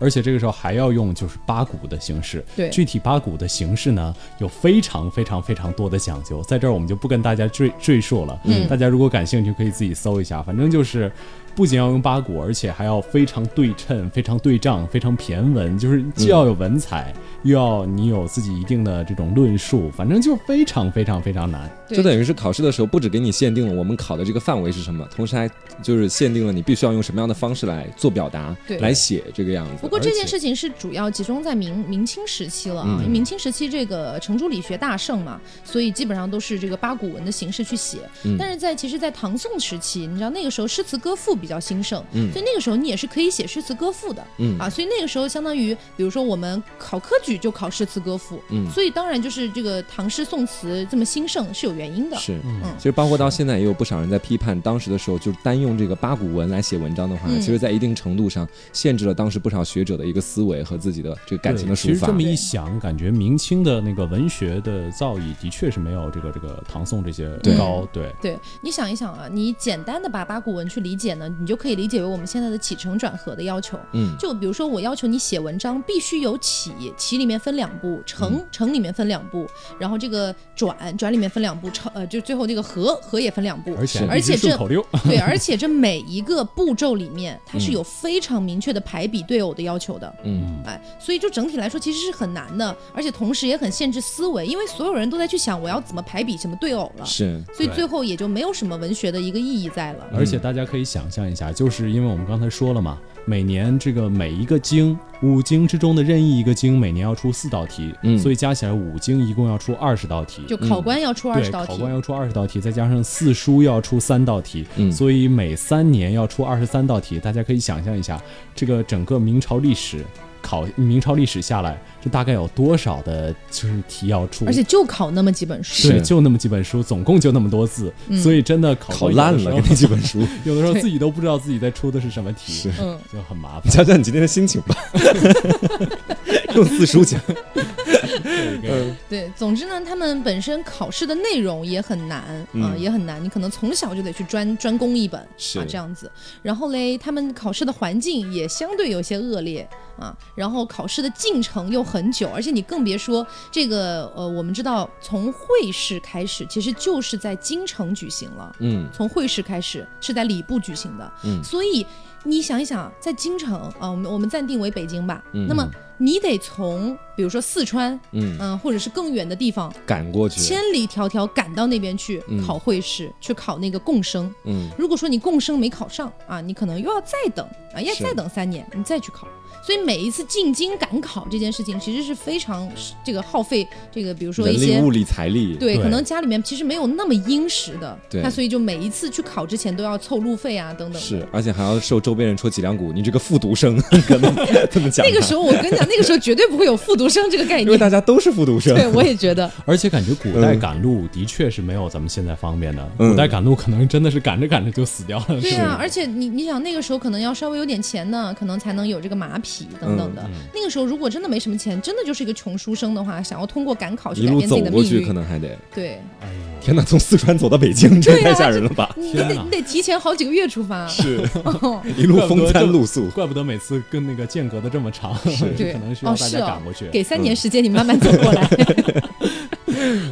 Speaker 1: 而且这个时候还要用就是八股的形式。
Speaker 3: 对
Speaker 1: 具体八股的形式呢，有非常非常非常多的讲究，在这儿我们就不跟大家赘赘述了。
Speaker 3: 嗯
Speaker 1: 大家如果感兴趣，可以自己搜一下。反正就是，不仅要用八股，而且还要非常对称、非常对仗、非常骈文，就是既要有文采，又要你有自己一定的这种论述，反正就是非常非常非常难。
Speaker 3: 对，
Speaker 2: 就等于是考试的时候，不只给你限定了我们考的这个范围是什么，同时还就是限定了你必须要用什么样的方式来做表达
Speaker 3: 对，
Speaker 2: 来写这个样子。
Speaker 3: 不过这件
Speaker 2: 而
Speaker 3: 事情是主要集中在明明清时期了啊，
Speaker 2: 嗯
Speaker 3: 因为明清时期这个程朱理学大盛嘛，所以基本上都是这个八股文的形式去写。
Speaker 2: 嗯
Speaker 3: 但是在其实，在唐宋时期，你知道那个时候诗词歌赋比较兴盛，
Speaker 2: 嗯
Speaker 3: 所以那个时候你也是可以写诗词歌赋的。
Speaker 2: 且，嗯
Speaker 3: 啊，所以那个时候相当于，比如说我们考科举就考诗词歌赋，
Speaker 2: 嗯
Speaker 3: 所以当然就是这个唐诗宋词这么兴盛是有原因的，
Speaker 2: 是，
Speaker 1: 嗯
Speaker 2: 其实包括到现在也有不少人在批判当时的时候，就是单用这个八股文来写文章的话，
Speaker 3: 嗯
Speaker 2: 其实，在一定程度上限制了当时不少学者的一个思维和自己的这个感情的
Speaker 1: 对其
Speaker 2: 抒
Speaker 1: 实
Speaker 2: 发
Speaker 1: 这。么一
Speaker 3: 对
Speaker 1: 想，感觉明清的那个文学的造诣的确是没有这个这个唐宋这些
Speaker 2: 对
Speaker 1: 高。对，
Speaker 3: 对，你想一想啊，你简单的把八股文去理解呢，你就可以理解为我们现在的起承转合的要求。
Speaker 2: 嗯
Speaker 3: 就比如说，我要求你写文章必须有起，起里面分两步，
Speaker 1: 嗯
Speaker 3: 承承里面分两步，然后这个转转里面分两步，承呃就最后这个合合也分两步。
Speaker 1: 而且
Speaker 2: 是嗯
Speaker 1: 还必须
Speaker 3: 而且这
Speaker 1: 顺口溜，
Speaker 3: 对，而且这每一个步骤里面，它是
Speaker 1: 嗯
Speaker 3: 有非常明确的排比对偶的要求的。
Speaker 2: 嗯，
Speaker 3: 哎，所以就整体来说其实是很难的，而且同时也很限制思维，因为所有人都在去想我要怎么排比什么对偶了，
Speaker 2: 是，
Speaker 3: 所以
Speaker 1: 对
Speaker 3: 最后也就没有什么文学的一个意义在了。
Speaker 1: 而且大家可以想象一下，就是因为我们刚才说了嘛，每年这个每一个经五经之中的任意一个经每年要出四道题，
Speaker 2: 嗯
Speaker 1: 所以加起来五经一共要出二十道题。
Speaker 3: 就考官要出二
Speaker 1: 嗯对
Speaker 3: 十，道
Speaker 1: 考
Speaker 3: 题，
Speaker 1: 官要出二十道题，再加上四书要出三道题，
Speaker 2: 嗯
Speaker 1: 所以每三年要出二十三道题。大家可以想象一下，这个整个明朝历史考明朝历史下来，这大概有多少的就是题要出？
Speaker 3: 而且就考那么几本书。
Speaker 1: 对，
Speaker 2: 是
Speaker 1: 就那么几本书，总共就那么多字，
Speaker 3: 嗯
Speaker 1: 所以真的考
Speaker 2: 考
Speaker 1: 官
Speaker 2: 烂
Speaker 1: 有的时
Speaker 2: 了
Speaker 1: 候
Speaker 2: 那几本书。
Speaker 1: 有的时候
Speaker 3: 对
Speaker 1: 自己都不知道自己在出的是什么题，
Speaker 2: 是
Speaker 3: 嗯，
Speaker 1: 就很麻 烦。
Speaker 2: 讲讲你今天的心情 吧，用四书讲。
Speaker 3: 对，总之呢，他们本身考试的内容也很难啊、
Speaker 2: 嗯
Speaker 3: 也很难。你可能从小就得去专专攻一本
Speaker 2: 是
Speaker 3: 啊，这样子。然后嘞，他们考试的环境也相对有些恶劣啊，然后考试的进程又很久，而且你更别说这个呃，我们知道从会试开始，其实就是在京城举行了。
Speaker 2: 嗯
Speaker 3: 从会试开始是在礼部举行的，
Speaker 2: 嗯
Speaker 3: 所以你想一想，在京城啊，我们我们暂定为北京吧，
Speaker 2: 嗯
Speaker 3: 那么你得从比如说四川，
Speaker 2: 嗯，
Speaker 3: 嗯、或者是更远的地方，
Speaker 2: 赶过去
Speaker 3: 千。里迢迢赶到那边去
Speaker 2: 嗯
Speaker 3: 考会试，去考那个共生。
Speaker 2: 嗯
Speaker 3: 如果说你共生没考上啊，你可能又要再等啊，要
Speaker 2: 是
Speaker 3: 再等三年，你再去考。所以每一次进京赶考这件事情，其实是非常这个耗费这个，比如说一
Speaker 2: 人
Speaker 3: 些
Speaker 2: 力、物力、财力。
Speaker 3: 对，
Speaker 1: 对
Speaker 3: 可能家里面其实没有那么殷实的，
Speaker 2: 对
Speaker 3: 他所以就每一次去考之前都要凑路费啊等等的。
Speaker 2: 是，而且还要受周边人戳脊梁骨，你这个复读生， 可能这么讲他。
Speaker 3: 那个时候我跟你讲，那个时候绝对不会有复读生这个概
Speaker 2: 因为大
Speaker 3: 念。
Speaker 2: 家都是复读生，
Speaker 3: 对，我也觉得，
Speaker 1: 而且感觉古代
Speaker 2: 嗯
Speaker 1: 赶路的确是没有咱们现在方便的，
Speaker 2: 嗯
Speaker 1: 古代赶路可能真的是赶着赶着就死掉了。
Speaker 3: 对啊，而且你你想那个时候可能要稍微有点钱呢，可能才能有这个马匹等等
Speaker 2: 嗯
Speaker 3: 的。那个时候如果真的没什么钱，真的就是一个穷书生的话，想要通过赶考去
Speaker 2: 一
Speaker 3: 改
Speaker 2: 路
Speaker 3: 变自
Speaker 2: 走
Speaker 3: 己的
Speaker 2: 过
Speaker 3: 命
Speaker 2: 去可
Speaker 3: 运，
Speaker 2: 能还啊得，
Speaker 3: 对，
Speaker 2: 天哪，从四川走到北京，这
Speaker 3: 对啊
Speaker 2: 太吓人了 吧？
Speaker 3: 你
Speaker 1: 天
Speaker 3: 得
Speaker 1: 哪
Speaker 3: 你得提前好几个月出发。
Speaker 2: 是，
Speaker 3: 哦
Speaker 2: 一路风餐 露宿，
Speaker 1: 怪不得每次跟那个间隔的这么长，
Speaker 3: 对
Speaker 1: 可能是
Speaker 3: 哦
Speaker 1: 要大
Speaker 3: 是
Speaker 1: 家
Speaker 3: 哦
Speaker 1: 赶过去。嗯
Speaker 3: 给三年时间你慢慢走过 来。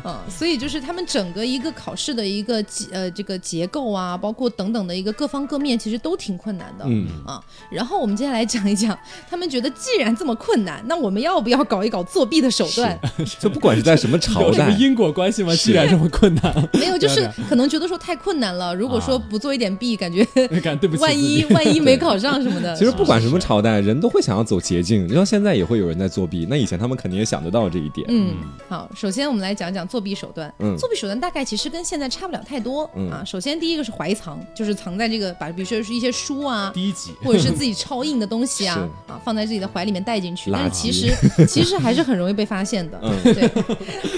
Speaker 3: 嗯，所以就是他们整个一个考试的一个结呃这个结构啊，包括等等的一个各方各面，其实都挺困难的。
Speaker 2: 嗯
Speaker 3: 啊，然后我们接下来讲一讲，他们觉得既然这么困难，那我们要不要搞一搞作弊的手段？
Speaker 2: 就不管是在什么朝
Speaker 1: 有什么
Speaker 2: 代，
Speaker 1: 因果关系吗？
Speaker 2: 是
Speaker 1: 既然这么困难，
Speaker 3: 没有，就是
Speaker 1: 对啊
Speaker 3: 可能觉得说太困难了，如果说
Speaker 1: 啊
Speaker 3: 不做一点弊，感觉
Speaker 1: 感 对不起自
Speaker 3: 万一
Speaker 1: 己，
Speaker 3: 万一没考上什么的。
Speaker 2: 其实不管什么
Speaker 1: 是
Speaker 2: 朝代，人都会想要走捷径。你像现在也会有人在作弊，那以前他们肯定也想得到这一点。
Speaker 3: 嗯，好，首先我们来讲讲作弊手段。
Speaker 2: 嗯
Speaker 3: 作弊手段大概其实跟现在差不了太多、
Speaker 2: 嗯
Speaker 3: 啊。首先第一个是怀藏，就是藏在这个把，比如说是一些书啊。
Speaker 1: 第一集
Speaker 3: 或者是自己超印的东西啊
Speaker 2: 是
Speaker 3: 啊，放在自己的怀里面带进去，
Speaker 2: 垃圾
Speaker 3: 但是其实其实还是很容易被发现的。
Speaker 2: 嗯
Speaker 3: 对。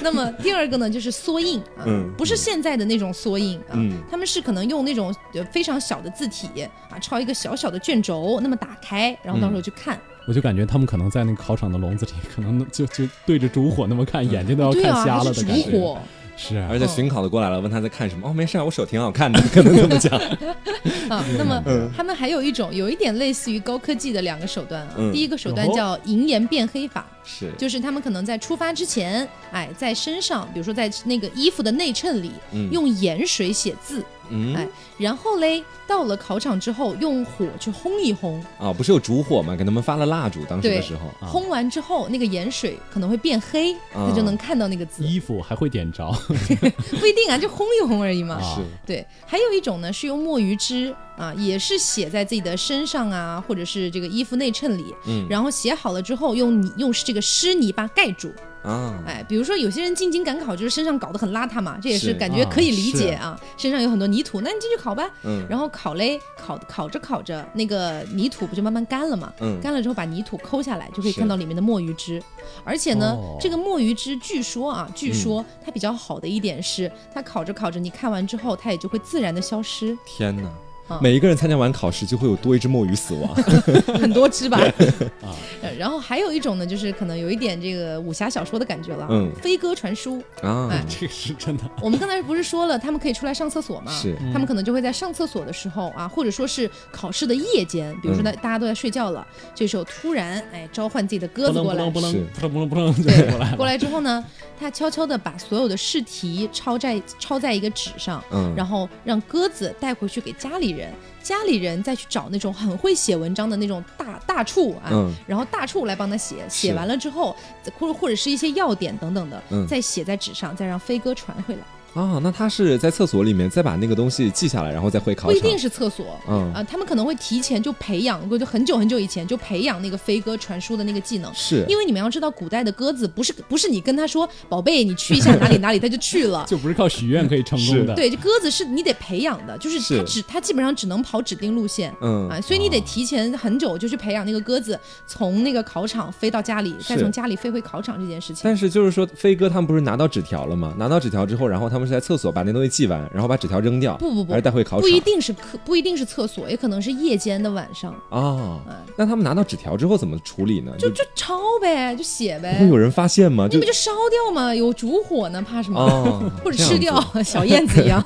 Speaker 3: 那么第二个呢，就是缩印啊，
Speaker 2: 嗯
Speaker 3: 不是现在的那种缩印啊，
Speaker 2: 嗯
Speaker 3: 他们是可能用那种呃非常小的字体啊，抄一个小小的卷轴，那么打开，然后到时候
Speaker 1: 嗯
Speaker 3: 去看，
Speaker 1: 我就感觉他们可能在那个考场的笼子里，可能就就对着烛火那么看，眼睛都要
Speaker 3: 对
Speaker 1: 看
Speaker 3: 啊，
Speaker 1: 瞎
Speaker 3: 还
Speaker 1: 了
Speaker 3: 是
Speaker 1: 的
Speaker 3: 烛
Speaker 1: 感觉。
Speaker 3: 火，
Speaker 1: 是啊，
Speaker 2: 而
Speaker 3: 哦
Speaker 2: 且巡考的过来了，问他在看什么，哦，没事儿，我手挺好看的，可能这么讲。
Speaker 3: 啊，那么
Speaker 2: 嗯
Speaker 3: 他们还有一种有一点类似于高科技的两个手段啊。
Speaker 2: 嗯
Speaker 3: 第一个手段叫银盐变黑法，
Speaker 2: 是，
Speaker 3: 就是他们可能在出发之前，哎，在身上，比如说在那个衣服的内衬里，
Speaker 2: 嗯
Speaker 3: 用盐水写字，
Speaker 2: 嗯
Speaker 3: 哎，然后嘞，到了考场之后，用火去烘一烘，
Speaker 2: 啊，不是有烛火吗？给他们发了蜡烛，当时的时候
Speaker 1: 啊
Speaker 3: 烘完之后，那个盐水可能会变黑，
Speaker 2: 啊
Speaker 3: 他就能看到那 个字，
Speaker 1: 衣服还会点着，
Speaker 3: 不一定啊，就烘一烘而已嘛。
Speaker 1: 啊
Speaker 2: 是，
Speaker 3: 对，还有一种呢是用墨鱼汁啊，也是写在自己的身上啊，或者是这个衣服内衬里，
Speaker 2: 嗯
Speaker 3: 然后写好了之后用泥用这个湿泥巴盖住。
Speaker 2: 啊，
Speaker 3: 哎，比如说有些人进京赶考，就是身上搞得很邋遢嘛，这也
Speaker 2: 是
Speaker 3: 是感觉
Speaker 1: 啊
Speaker 3: 可以理
Speaker 1: 是
Speaker 3: 解啊，身上有很多泥土，那你进去考吧。
Speaker 2: 嗯，
Speaker 3: 然后烤嘞，烤烤着烤着，那个泥土不就慢慢干了嘛？
Speaker 2: 嗯
Speaker 3: 干了之后把泥土抠下来，就可以
Speaker 2: 是
Speaker 3: 看到里面的墨鱼汁。而且呢，
Speaker 1: 哦
Speaker 3: 这个墨鱼汁据说啊，据说它比较好的一点是，它烤着烤着，你看完之后，它也就会自然的消失，
Speaker 2: 天哪
Speaker 3: 啊！
Speaker 2: 每一个人参加完考试，就会有多一只墨鱼死亡。
Speaker 3: 很多汁吧。呃然后还有一种呢，就是可能有一点这个武侠小说的感觉了，啊
Speaker 2: 嗯
Speaker 3: 飞鸽传书。
Speaker 2: 啊
Speaker 3: 哎，
Speaker 1: 这个是真的。
Speaker 3: 我们刚才不是说了，他们可以出来上厕所吗？
Speaker 2: 是
Speaker 3: 他们可能就会在上厕所的时候啊，或者说是考试的夜间，比如说
Speaker 2: 嗯
Speaker 3: 大大家都在睡觉了，这时候突然哎召唤自己的鸽
Speaker 1: 扑
Speaker 3: 子
Speaker 1: 棱扑
Speaker 3: 过来
Speaker 1: 棱，扑棱
Speaker 2: 是
Speaker 1: 扑棱扑棱扑棱就过来
Speaker 3: 对，
Speaker 1: 了。
Speaker 3: 过来之后呢，他悄悄地把所有的试题抄在抄在一个纸上，
Speaker 2: 嗯，
Speaker 3: 然后让鸽子带回去给家里人，家里人再去找那种很会写文章的那种大大处啊。
Speaker 2: 嗯
Speaker 3: 然后大处来帮他写，
Speaker 2: 是
Speaker 3: 写完了之后，或者或者是一些要点等等的，
Speaker 2: 嗯
Speaker 3: 再写在纸上，再让飞鸽传回来。
Speaker 2: 啊，那他是在厕所里面再把那个东西记下来，然后再回考
Speaker 3: 不
Speaker 2: 场。
Speaker 3: 一定是厕所。
Speaker 2: 嗯
Speaker 3: 啊、，他们可能会提前就培养过，就很久很久以前就培养那个飞鸽传书的那个技能，
Speaker 2: 是
Speaker 3: 因为你们要知道，古代的鸽子不是不是你跟他说宝贝，你去一下哪 里哪里，他就去了。
Speaker 1: 就不是靠许愿可以成功的。
Speaker 3: 对，这鸽子是你得培养的，就是
Speaker 2: 是
Speaker 3: 它只它基本上只能跑指定路线。
Speaker 2: 嗯
Speaker 3: 啊，所以你得提前很久就去培养那个鸽子，从那个考场飞到家里，再
Speaker 2: 是
Speaker 3: 从家里飞回考场这件事情。
Speaker 2: 但是就是说，飞哥他们不是拿到纸条了吗？拿到纸条之后，然后他们是在厕所把那东西记完，然后把纸条扔掉，
Speaker 3: 不不不
Speaker 2: 而带回考场。
Speaker 3: 不一定是课，不一定是厕所，也可能是夜间的晚上，
Speaker 2: 啊。那他们拿到纸条之后怎么处理呢？就
Speaker 3: 嗯就抄呗，就写呗
Speaker 2: 不。会有人发现吗？
Speaker 3: 你
Speaker 2: 就
Speaker 3: 们就烧掉嘛，有烛火呢，怕什么？
Speaker 2: 哦
Speaker 3: 或者
Speaker 2: 这样
Speaker 3: 吃掉，小燕子 一样。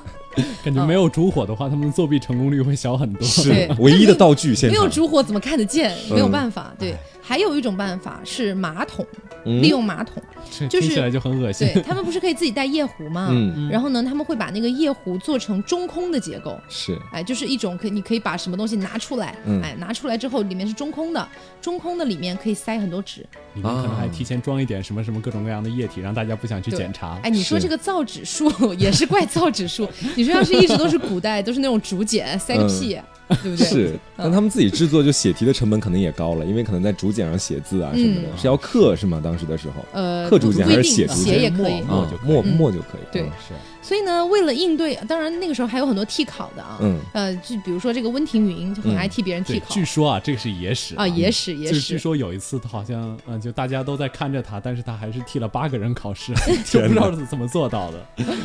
Speaker 1: 感觉没有烛火的话，他们作弊成功率会小很多。
Speaker 2: 是
Speaker 3: 对
Speaker 2: 唯一的道具现
Speaker 3: 没有
Speaker 2: 场。
Speaker 3: 烛火怎么看得见？没有
Speaker 2: 嗯
Speaker 3: 办法。对，还有一种办法是马桶，
Speaker 2: 嗯
Speaker 3: 利用 马桶。
Speaker 1: 这
Speaker 3: 就是
Speaker 1: 听起来就很恶心。
Speaker 3: 对他们不是可以自己带夜壶吗？
Speaker 2: 嗯，
Speaker 3: 然后呢，他们会把那个夜壶做成中空的结构，
Speaker 2: 是
Speaker 3: 哎，就是一种可以你可以把什么东西拿出来，
Speaker 2: 嗯
Speaker 3: 哎，拿出来之后里面是中空的，中空的里面可以塞很多纸，
Speaker 1: 里面可能还提前装一点什么什么各种各样的液体，让大家不想去
Speaker 3: 对
Speaker 1: 检查。
Speaker 3: 哎，你说
Speaker 2: 是
Speaker 3: 这个造纸术 也是怪造纸术，你说要是一直都是古代都是那种竹简，塞个屁，对不
Speaker 2: 嗯
Speaker 3: 对？
Speaker 2: 是，但他们自己制作就写题的成本可能也高了，因为可能在竹简上写字啊什么的，
Speaker 1: 嗯
Speaker 2: 是要刻是吗？当时的时候
Speaker 3: 呃，
Speaker 2: 刻
Speaker 3: 不
Speaker 2: 竹简
Speaker 3: 不一
Speaker 2: 还是
Speaker 3: 定
Speaker 2: 写竹
Speaker 3: 写
Speaker 1: 简
Speaker 3: 也可以
Speaker 1: 墨。
Speaker 2: 啊
Speaker 1: 就，可以
Speaker 2: 墨
Speaker 3: 嗯
Speaker 2: 墨就可以。
Speaker 3: 对
Speaker 2: 嗯
Speaker 1: 是
Speaker 3: 所以呢，为了应对，当然那个时候还有很多替考的啊，
Speaker 2: 嗯
Speaker 3: 呃，就比如说这个温庭筠就很爱替别人替
Speaker 1: 对，
Speaker 3: 考
Speaker 1: 据说啊，这个是野史
Speaker 3: 啊，野史野
Speaker 1: 就是据
Speaker 3: 史，
Speaker 1: 说有一次，他好像嗯、呃就大家都在看着他，但是他还是替了八个人考 试， 就不知道是怎么做到的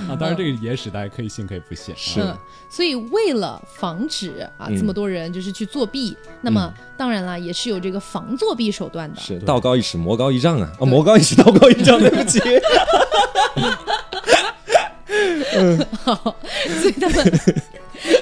Speaker 1: 啊。当然，这个野史大家可以信可以不信。
Speaker 2: 是
Speaker 1: 啊
Speaker 3: 嗯，所以为了防止啊
Speaker 2: 嗯
Speaker 3: 这么多人就是去作弊，那么当然了，也是有这个防作弊手段的。
Speaker 2: 是
Speaker 1: 对
Speaker 2: 道高一尺，魔高一丈啊！啊，魔高一尺，道高一丈， 对 不起。
Speaker 3: 所以他们，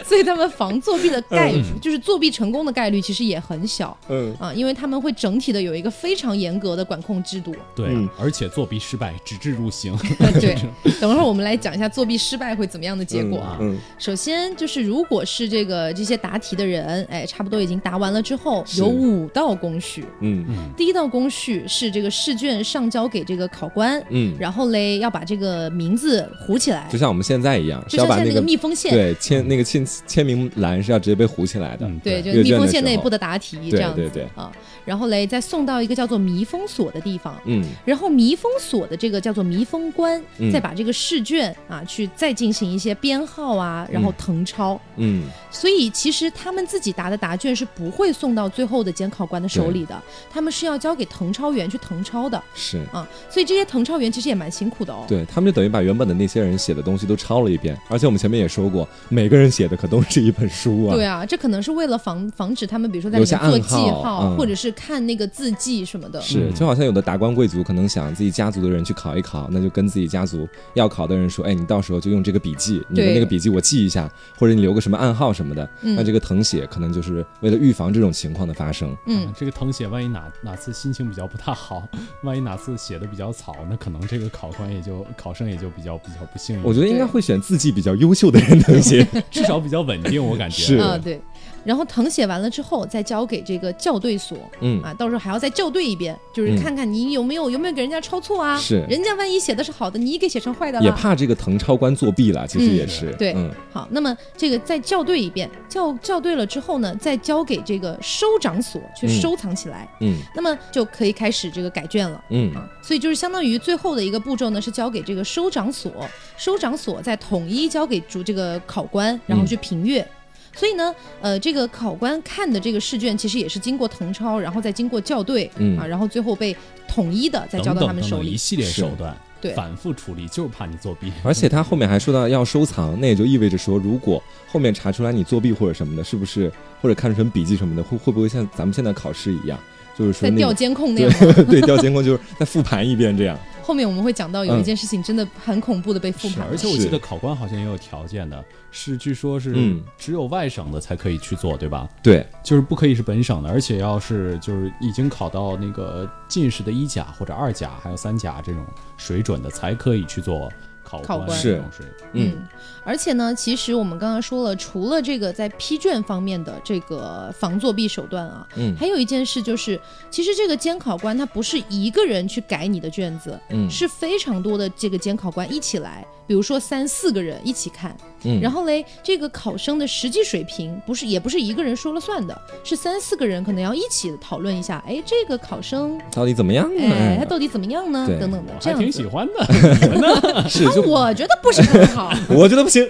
Speaker 3: 所以他们防作弊的概率，
Speaker 1: 嗯
Speaker 3: 就是作弊成功的概率其实也很小
Speaker 2: 嗯，
Speaker 3: 啊，因为他们会整体的有一个非常严格的管控制度。
Speaker 1: 对，
Speaker 2: 嗯
Speaker 1: 而且作弊失败，纸质入刑。
Speaker 3: 对，等会儿我们来讲一下作弊失败会怎么样的结果啊。
Speaker 2: 嗯，嗯
Speaker 3: 首先就是，如果是这个这些答题的人，哎，差不多已经答完了之后，
Speaker 2: 是
Speaker 3: 有五道工序。
Speaker 2: 嗯
Speaker 3: 第一道工序是这个试卷上交给这个考官，
Speaker 2: 嗯，
Speaker 3: 然后嘞要把这个名字糊起来
Speaker 2: 就，像我们现在一样，是
Speaker 3: 就
Speaker 2: 要
Speaker 3: 像
Speaker 2: 把
Speaker 3: 现在那
Speaker 2: 个
Speaker 3: 个密封线，
Speaker 2: 对签那个签签名栏是要直接被糊起来的。
Speaker 1: 嗯，
Speaker 3: 对，
Speaker 2: 对
Speaker 3: 就
Speaker 2: 阅
Speaker 3: 密
Speaker 2: 卷
Speaker 3: 封
Speaker 2: 的
Speaker 3: 线
Speaker 2: 时
Speaker 3: 内
Speaker 2: 候
Speaker 3: 不得答题这
Speaker 2: 对
Speaker 3: 样子
Speaker 2: 对对
Speaker 3: 啊。然后嘞，再送到一个叫做迷封所的地方，
Speaker 2: 嗯
Speaker 3: 然后迷封所的这个叫做迷封官，
Speaker 2: 嗯
Speaker 3: 再把这个试卷啊去再进行一些编号啊，然后誊抄。
Speaker 2: 嗯，
Speaker 3: 所以其实他们自己答的答卷是不会送到最后的监考官的手里的，他们是要交给誊抄员去誊抄的
Speaker 2: 是。
Speaker 3: 啊。所以这些誊抄员其实也蛮辛苦的哦。
Speaker 2: 对他们就等于把原本的那些人写的东西都抄了一遍，而且我们前面也说过，每个人写的可都是一本书啊。
Speaker 3: 对啊，这可能是为了防防止他们，比如说在里
Speaker 2: 留下
Speaker 3: 面做
Speaker 2: 暗
Speaker 3: 记
Speaker 2: 号
Speaker 3: 号，
Speaker 2: 嗯
Speaker 3: 或者是看那个字迹什么的。
Speaker 2: 是，
Speaker 1: 嗯
Speaker 2: 就好像有的达官贵族可能想自己家族的人去考一考，那就跟自己家族要考的人说，哎，你到时候就用这个笔记，你的
Speaker 3: 对
Speaker 2: 那个笔记我记一下，或者你留个什么暗号什么的。
Speaker 3: 嗯
Speaker 2: 那这个誊写可能就是为了预防这种情况的发生。
Speaker 3: 嗯
Speaker 1: 啊，这个誊写万一哪哪次心情比较不太好， 万一哪次写的比较草，那可能这个考官也就考生也就比较比较不幸运。
Speaker 2: 我觉得应该
Speaker 3: 对
Speaker 2: 会选字迹比较优秀的人誊 写。
Speaker 1: 至少比较稳定，我感觉
Speaker 2: 是
Speaker 3: 啊，对。然后誊写完了之后，再交给这个校对所
Speaker 2: 嗯，
Speaker 3: 啊，到时候还要再校对一遍，就是看看你有没有、有没有给人家抄错啊。
Speaker 2: 是
Speaker 3: 人家万一写的是好的，你给写成坏的
Speaker 2: 也
Speaker 3: 了。
Speaker 2: 怕这个誊抄官作弊了，其实
Speaker 3: 嗯
Speaker 2: 也是。
Speaker 3: 对
Speaker 2: 嗯，
Speaker 3: 好，那么这个再校对一遍，校校对了之后呢，再交给这个收掌所去
Speaker 2: 嗯
Speaker 3: 收藏起来，
Speaker 2: 嗯
Speaker 3: 那么就可以开始这个改卷了。
Speaker 2: 嗯
Speaker 3: 啊，所以就是相当于最后的一个步骤呢，是交给这个收掌所，收掌所再统一交给主这个考官，然后去评阅。
Speaker 1: 嗯
Speaker 3: 所以呢，呃，这个考官看的这个试卷其实也是经过誊抄，然后再经过校对，
Speaker 2: 嗯
Speaker 3: 啊，然后最后被统一的再
Speaker 1: 等
Speaker 3: 交
Speaker 1: 等
Speaker 3: 到他们
Speaker 1: 等
Speaker 3: 手
Speaker 1: 等一
Speaker 3: 里。
Speaker 1: 系列手段，
Speaker 3: 对
Speaker 1: 反复处理，就是怕你作弊。
Speaker 2: 而且他后面还说到要收藏，那也就意味着说，如果后面查出来你作弊或者什么的，是不是或者看成笔记什么的，会会不会像咱们现在考试一样，就是说
Speaker 3: 在
Speaker 2: 那
Speaker 3: 调
Speaker 2: 个
Speaker 3: 监控那样吗，
Speaker 2: 对对调监控就是再复盘一遍这样。
Speaker 3: 后面我们会讲到有
Speaker 2: 嗯
Speaker 3: 一件事情真的很恐怖的被 复
Speaker 1: 是，
Speaker 3: 盘了，
Speaker 1: 而且我
Speaker 2: 是
Speaker 1: 记得考官好像也有条件的，是据说是
Speaker 2: 嗯
Speaker 1: 只有外省的才可以去做，对吧？
Speaker 2: 对，
Speaker 1: 就是不可以是本省的，而且要是就是已经考到那个进士的一甲或者二甲，还有三甲这种水准的，才可以去做考
Speaker 3: 考官
Speaker 1: 这种水平，
Speaker 2: 嗯，
Speaker 3: 而且呢，其实我们刚刚说了，除了这个在批卷方面的这个防作弊手段啊，
Speaker 2: 嗯
Speaker 3: 还有一件事就是，其实这个监考官他不是一个人去改你的卷子，
Speaker 2: 嗯
Speaker 3: 是非常多的这个监考官一起来，比如说三四个人一起看，
Speaker 2: 嗯
Speaker 3: 然后嘞，这个考生的实际水平不是也不是一个人说了算的，是三四个人可能要一起讨论一下，哎，这个考生，
Speaker 2: 到底怎么样呢？
Speaker 3: 哎，他到底怎么样呢？
Speaker 2: 嗯对
Speaker 3: 等等的，
Speaker 1: 我还
Speaker 3: 这样
Speaker 1: 挺
Speaker 3: 子
Speaker 1: 喜。欢的。
Speaker 2: 是
Speaker 3: 啊
Speaker 2: 就
Speaker 3: 我觉得不是很好，
Speaker 2: 我觉得不行，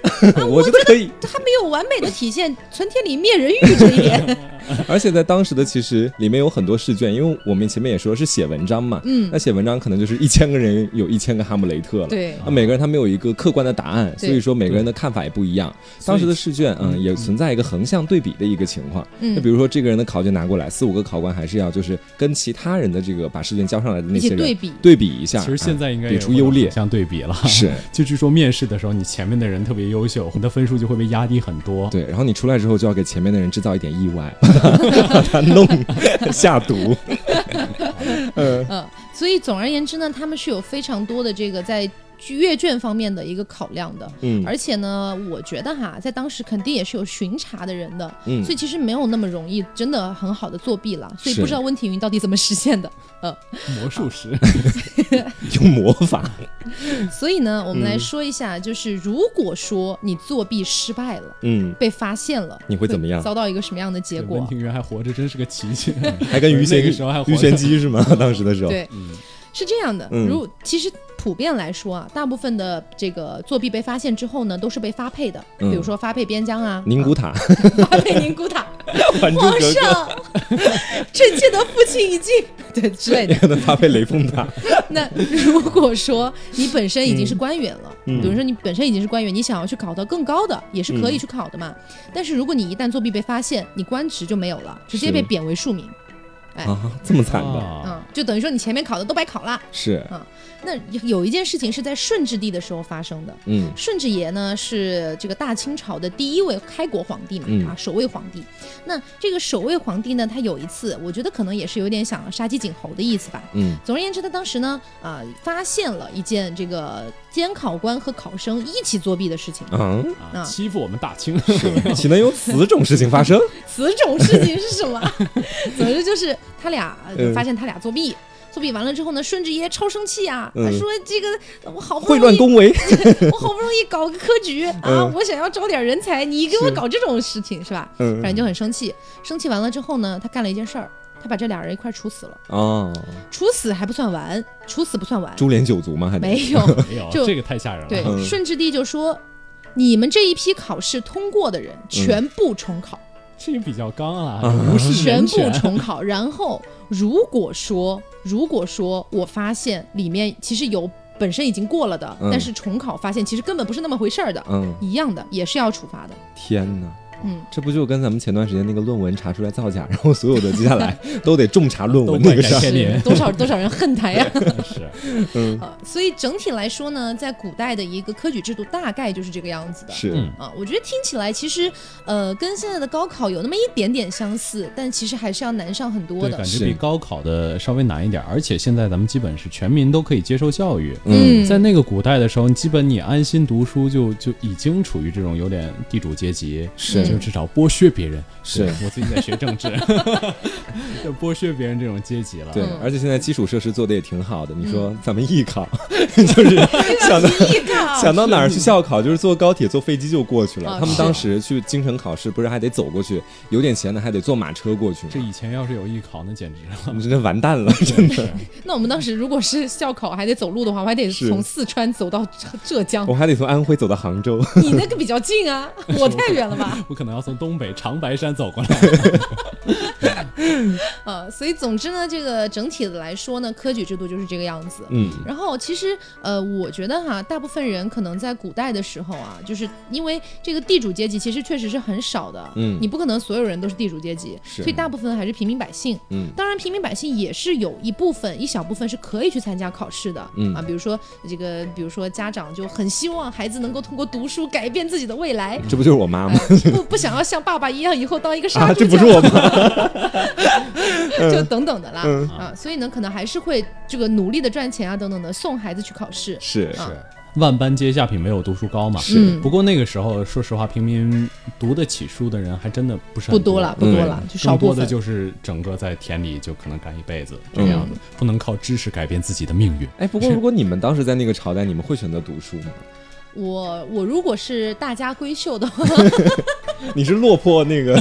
Speaker 3: 啊
Speaker 2: 我觉得可以。
Speaker 3: 他没有完美的体现存天理灭人欲这一 点。
Speaker 2: 而且在当时的其实里面有很多试卷，因为我们前面也说是写文章嘛，
Speaker 3: 嗯
Speaker 2: 那写文章可能就是一千个人有一千个哈姆雷特了，，
Speaker 3: 对
Speaker 2: 那每个人他没有一个客观的答案，
Speaker 3: 对
Speaker 2: 所以说每个人的看法也不一样。当时的试卷，嗯，
Speaker 1: 嗯
Speaker 2: 也存在一个横向对比的一个情况，
Speaker 3: 嗯
Speaker 2: 就比如说这个人的考卷拿过来，四五个考官还是要就是跟其他人的这个把试卷交上来的那些
Speaker 3: 一起
Speaker 2: 人
Speaker 3: 对比
Speaker 2: 对比一下，
Speaker 1: 其实现在应该
Speaker 2: 比
Speaker 1: 也
Speaker 2: 出优劣
Speaker 1: 相对比了，
Speaker 2: 啊是。
Speaker 1: 就据说面试的时候，你前面的人特别优秀，你的分数就会被压低很多。
Speaker 2: 对，然后你出来之后就要给前面的人制造一点意 外，把他弄下毒。呃，
Speaker 3: 嗯，所以总而言之呢，他们是有非常多的这个在阅卷方面的一个考量的。
Speaker 2: 嗯
Speaker 3: 而且呢，我觉得哈，在当时肯定也是有巡查的人的，
Speaker 2: 嗯
Speaker 3: 所以其实没有那么容易，真的很好的作弊了。所以
Speaker 2: 是
Speaker 3: 不知道温庭筠到底怎么实现的。
Speaker 1: 魔术师，
Speaker 2: 用魔法，嗯
Speaker 3: 所以呢，我们来说一下，就是如果说你作弊失败了，
Speaker 2: 嗯，
Speaker 3: 被发现了，
Speaker 2: 你会怎么样
Speaker 3: 遭到一个什么样的结果
Speaker 1: 温？庭筠还活着，真是个奇 迹。
Speaker 2: 还跟于
Speaker 1: 呃那
Speaker 2: 谦
Speaker 1: 个时候还活
Speaker 2: 于
Speaker 1: 着
Speaker 2: 谦基是吗？当时的时候，
Speaker 3: 对，是这样的。
Speaker 2: 嗯
Speaker 3: 如其实普遍来说啊，大部分的这个作弊被发现之后呢，都是被发配的，
Speaker 2: 嗯
Speaker 3: 比如说发配边疆啊，
Speaker 2: 宁古塔、
Speaker 3: 啊 发配宁 古塔，
Speaker 2: 还珠格
Speaker 3: 皇
Speaker 2: 格
Speaker 3: 上， 臣妾的父亲已经 对 之类的。
Speaker 2: 可能发配雷峰塔，
Speaker 3: 那如果说你本身已经是官员了，
Speaker 2: 嗯
Speaker 3: 比如说你本身已经是官员，你想要去考到更高的，也是可以去考的嘛。
Speaker 2: 嗯
Speaker 3: 但是如果你一旦作弊被发现，你官职就没有了，直接
Speaker 2: 是
Speaker 3: 被贬为庶民，哎
Speaker 2: 啊，这么惨的，
Speaker 1: 啊
Speaker 3: 嗯，就等于说你前面考的都白考啦。
Speaker 2: 是，
Speaker 3: 那有一件事情是在顺治帝的时候发生的。
Speaker 2: 嗯
Speaker 3: 顺治爷呢是这个大清朝的第一位开国皇帝嘛，
Speaker 2: 嗯
Speaker 3: 啊，首位皇帝。那这个首位皇帝呢，他有一次，我觉得可能也是有点想杀鸡儆猴的意思吧。
Speaker 2: 嗯
Speaker 3: 总而言之，他当时呢，啊、发现了一件这个监考官和考生一起作弊的事情。
Speaker 2: 啊，
Speaker 1: 啊，
Speaker 3: 啊
Speaker 1: 欺负我们大清，
Speaker 2: 岂能有此种事情发生？
Speaker 3: 此种事情是什么？ 总之就是他俩呃
Speaker 2: 嗯
Speaker 3: 发现他俩作弊，作弊完了之后呢，顺治爷超生气啊，
Speaker 2: 嗯
Speaker 3: 他说这个我好不
Speaker 2: 秽
Speaker 3: 容
Speaker 2: 乱
Speaker 3: 易
Speaker 2: 恭 维，
Speaker 3: 我好不容易搞个科举啊
Speaker 2: 嗯，
Speaker 3: 我想要招点人才，你给我搞这种事情是吧？
Speaker 2: 嗯
Speaker 3: 反正就很生气。生气完了之后呢，他干了一件事儿，他把这俩人一块儿处死了。
Speaker 2: 啊，
Speaker 3: 处死还不算完，处死不算完，
Speaker 2: 株连九族吗？还得
Speaker 3: 没有。
Speaker 1: 没有
Speaker 3: 就
Speaker 1: 哎这个太吓人了。
Speaker 3: 对
Speaker 2: 嗯，
Speaker 3: 顺治帝就说，你们这一批考试通过的人全部重考，
Speaker 1: 这个比较刚啊，
Speaker 2: 啊
Speaker 1: 如是
Speaker 3: 全
Speaker 1: 人
Speaker 3: 部
Speaker 1: 权
Speaker 3: 重考。然后如果说，如果说我发现里面其实有本身已经过了的，
Speaker 2: 嗯
Speaker 3: 但是重考发现其实根本不是那么回事儿的，
Speaker 2: 嗯，
Speaker 3: 一样的也是要处罚的。
Speaker 2: 天哪！
Speaker 3: 嗯，
Speaker 2: 这不就跟咱们前段时间那个论文查出来造假，然后所有的接下来都得重查论文
Speaker 1: 都
Speaker 2: 那个
Speaker 1: 改
Speaker 2: 事
Speaker 1: 天
Speaker 2: 儿？
Speaker 1: 年
Speaker 3: 是多少多少人恨 他呀？
Speaker 1: 是
Speaker 2: 嗯，
Speaker 3: 呃，所以整体来说呢，在古代的一个科举制度大概就是这个样子的。
Speaker 2: 是，
Speaker 1: 嗯
Speaker 3: 啊，我觉得听起来其实，呃，跟现在的高考有那么一点点相似，但其实还是要难上很多
Speaker 1: 对，
Speaker 3: 的
Speaker 1: 感。
Speaker 2: 是
Speaker 1: 觉比高考的稍微难一点，而且现在咱们基本是全民都可以接受教育。
Speaker 2: 嗯
Speaker 1: 在那个古代的时候，你基本你安心读书就就已经处于这种有点地主阶级，
Speaker 2: 是
Speaker 1: 就至少剥削别人。
Speaker 2: 是
Speaker 1: 对我自己在学政 治，就剥削别人这种阶级了。
Speaker 2: 对，
Speaker 3: 嗯
Speaker 2: 而且现在基础设施做的也挺好的。你说咱们艺考， 就是想到
Speaker 3: 一个
Speaker 2: 想到哪儿去校考，哎就是哦坐高铁、坐飞机就过去了。
Speaker 3: 啊
Speaker 2: 他们
Speaker 3: 是
Speaker 2: 当时去京城考试，不是还得走过去，有点钱的还得坐马车过去吗
Speaker 1: 这以前要是有艺考，那简直了。
Speaker 2: 我们真的完 蛋了，真的。
Speaker 3: 那我们当时如果是校考还得走路的话，我还得
Speaker 2: 是
Speaker 3: 从四川走到浙浙江
Speaker 1: 哦
Speaker 2: 我，还得从安徽走到杭州。
Speaker 3: 你那个比较 近啊，我太远了吧？
Speaker 1: 我可能要从东北长白山走过来，
Speaker 3: 呃，所以总之呢，这个整体的来说呢，科举制度就是这个样子。
Speaker 2: 嗯
Speaker 3: 然后其实呃，我觉得哈，大部分人可能在古代的时候啊，就是因为这个地主阶级其实确实是很少的，
Speaker 2: 嗯
Speaker 3: 你不可能所有人都是地主阶级，
Speaker 2: 是
Speaker 3: 所以大部分还是平民百姓。
Speaker 2: 嗯
Speaker 3: 当然，平民百姓也是有一部分、一小部分是可以去参加考试的，
Speaker 2: 嗯
Speaker 3: 啊，比如说这个，比如说家长就很希望孩子能够通过读书改变自己的未 来，
Speaker 2: 这不就是我妈吗？
Speaker 3: 哎不不想要像爸爸一样以后当一个杀
Speaker 2: 啊，
Speaker 3: 猪
Speaker 2: 这
Speaker 3: 匠。
Speaker 2: 不是我 妈。
Speaker 3: 就等等的啦、
Speaker 2: 嗯
Speaker 3: 啊，所以呢，可能还是会这个努力的赚钱啊，等等的送孩子去考试。
Speaker 2: 是
Speaker 3: 啊，
Speaker 1: 万般皆下品，唯有读书高嘛。
Speaker 2: 是
Speaker 3: 嗯
Speaker 1: 不过那个时候，说实话，平民读得起书的人还真的不是很
Speaker 3: 不多了，不多了，就少
Speaker 1: 更
Speaker 3: 部
Speaker 1: 多的
Speaker 3: 分。嗯
Speaker 1: 就是整个在田里就可能干一辈子这个样子，不能靠知识改变自己的命运。
Speaker 2: 哎，不过如果你们当时在那个朝代，你们会选择读书吗？
Speaker 3: 我我如果是大家闺秀的话，
Speaker 2: 你是落魄那 个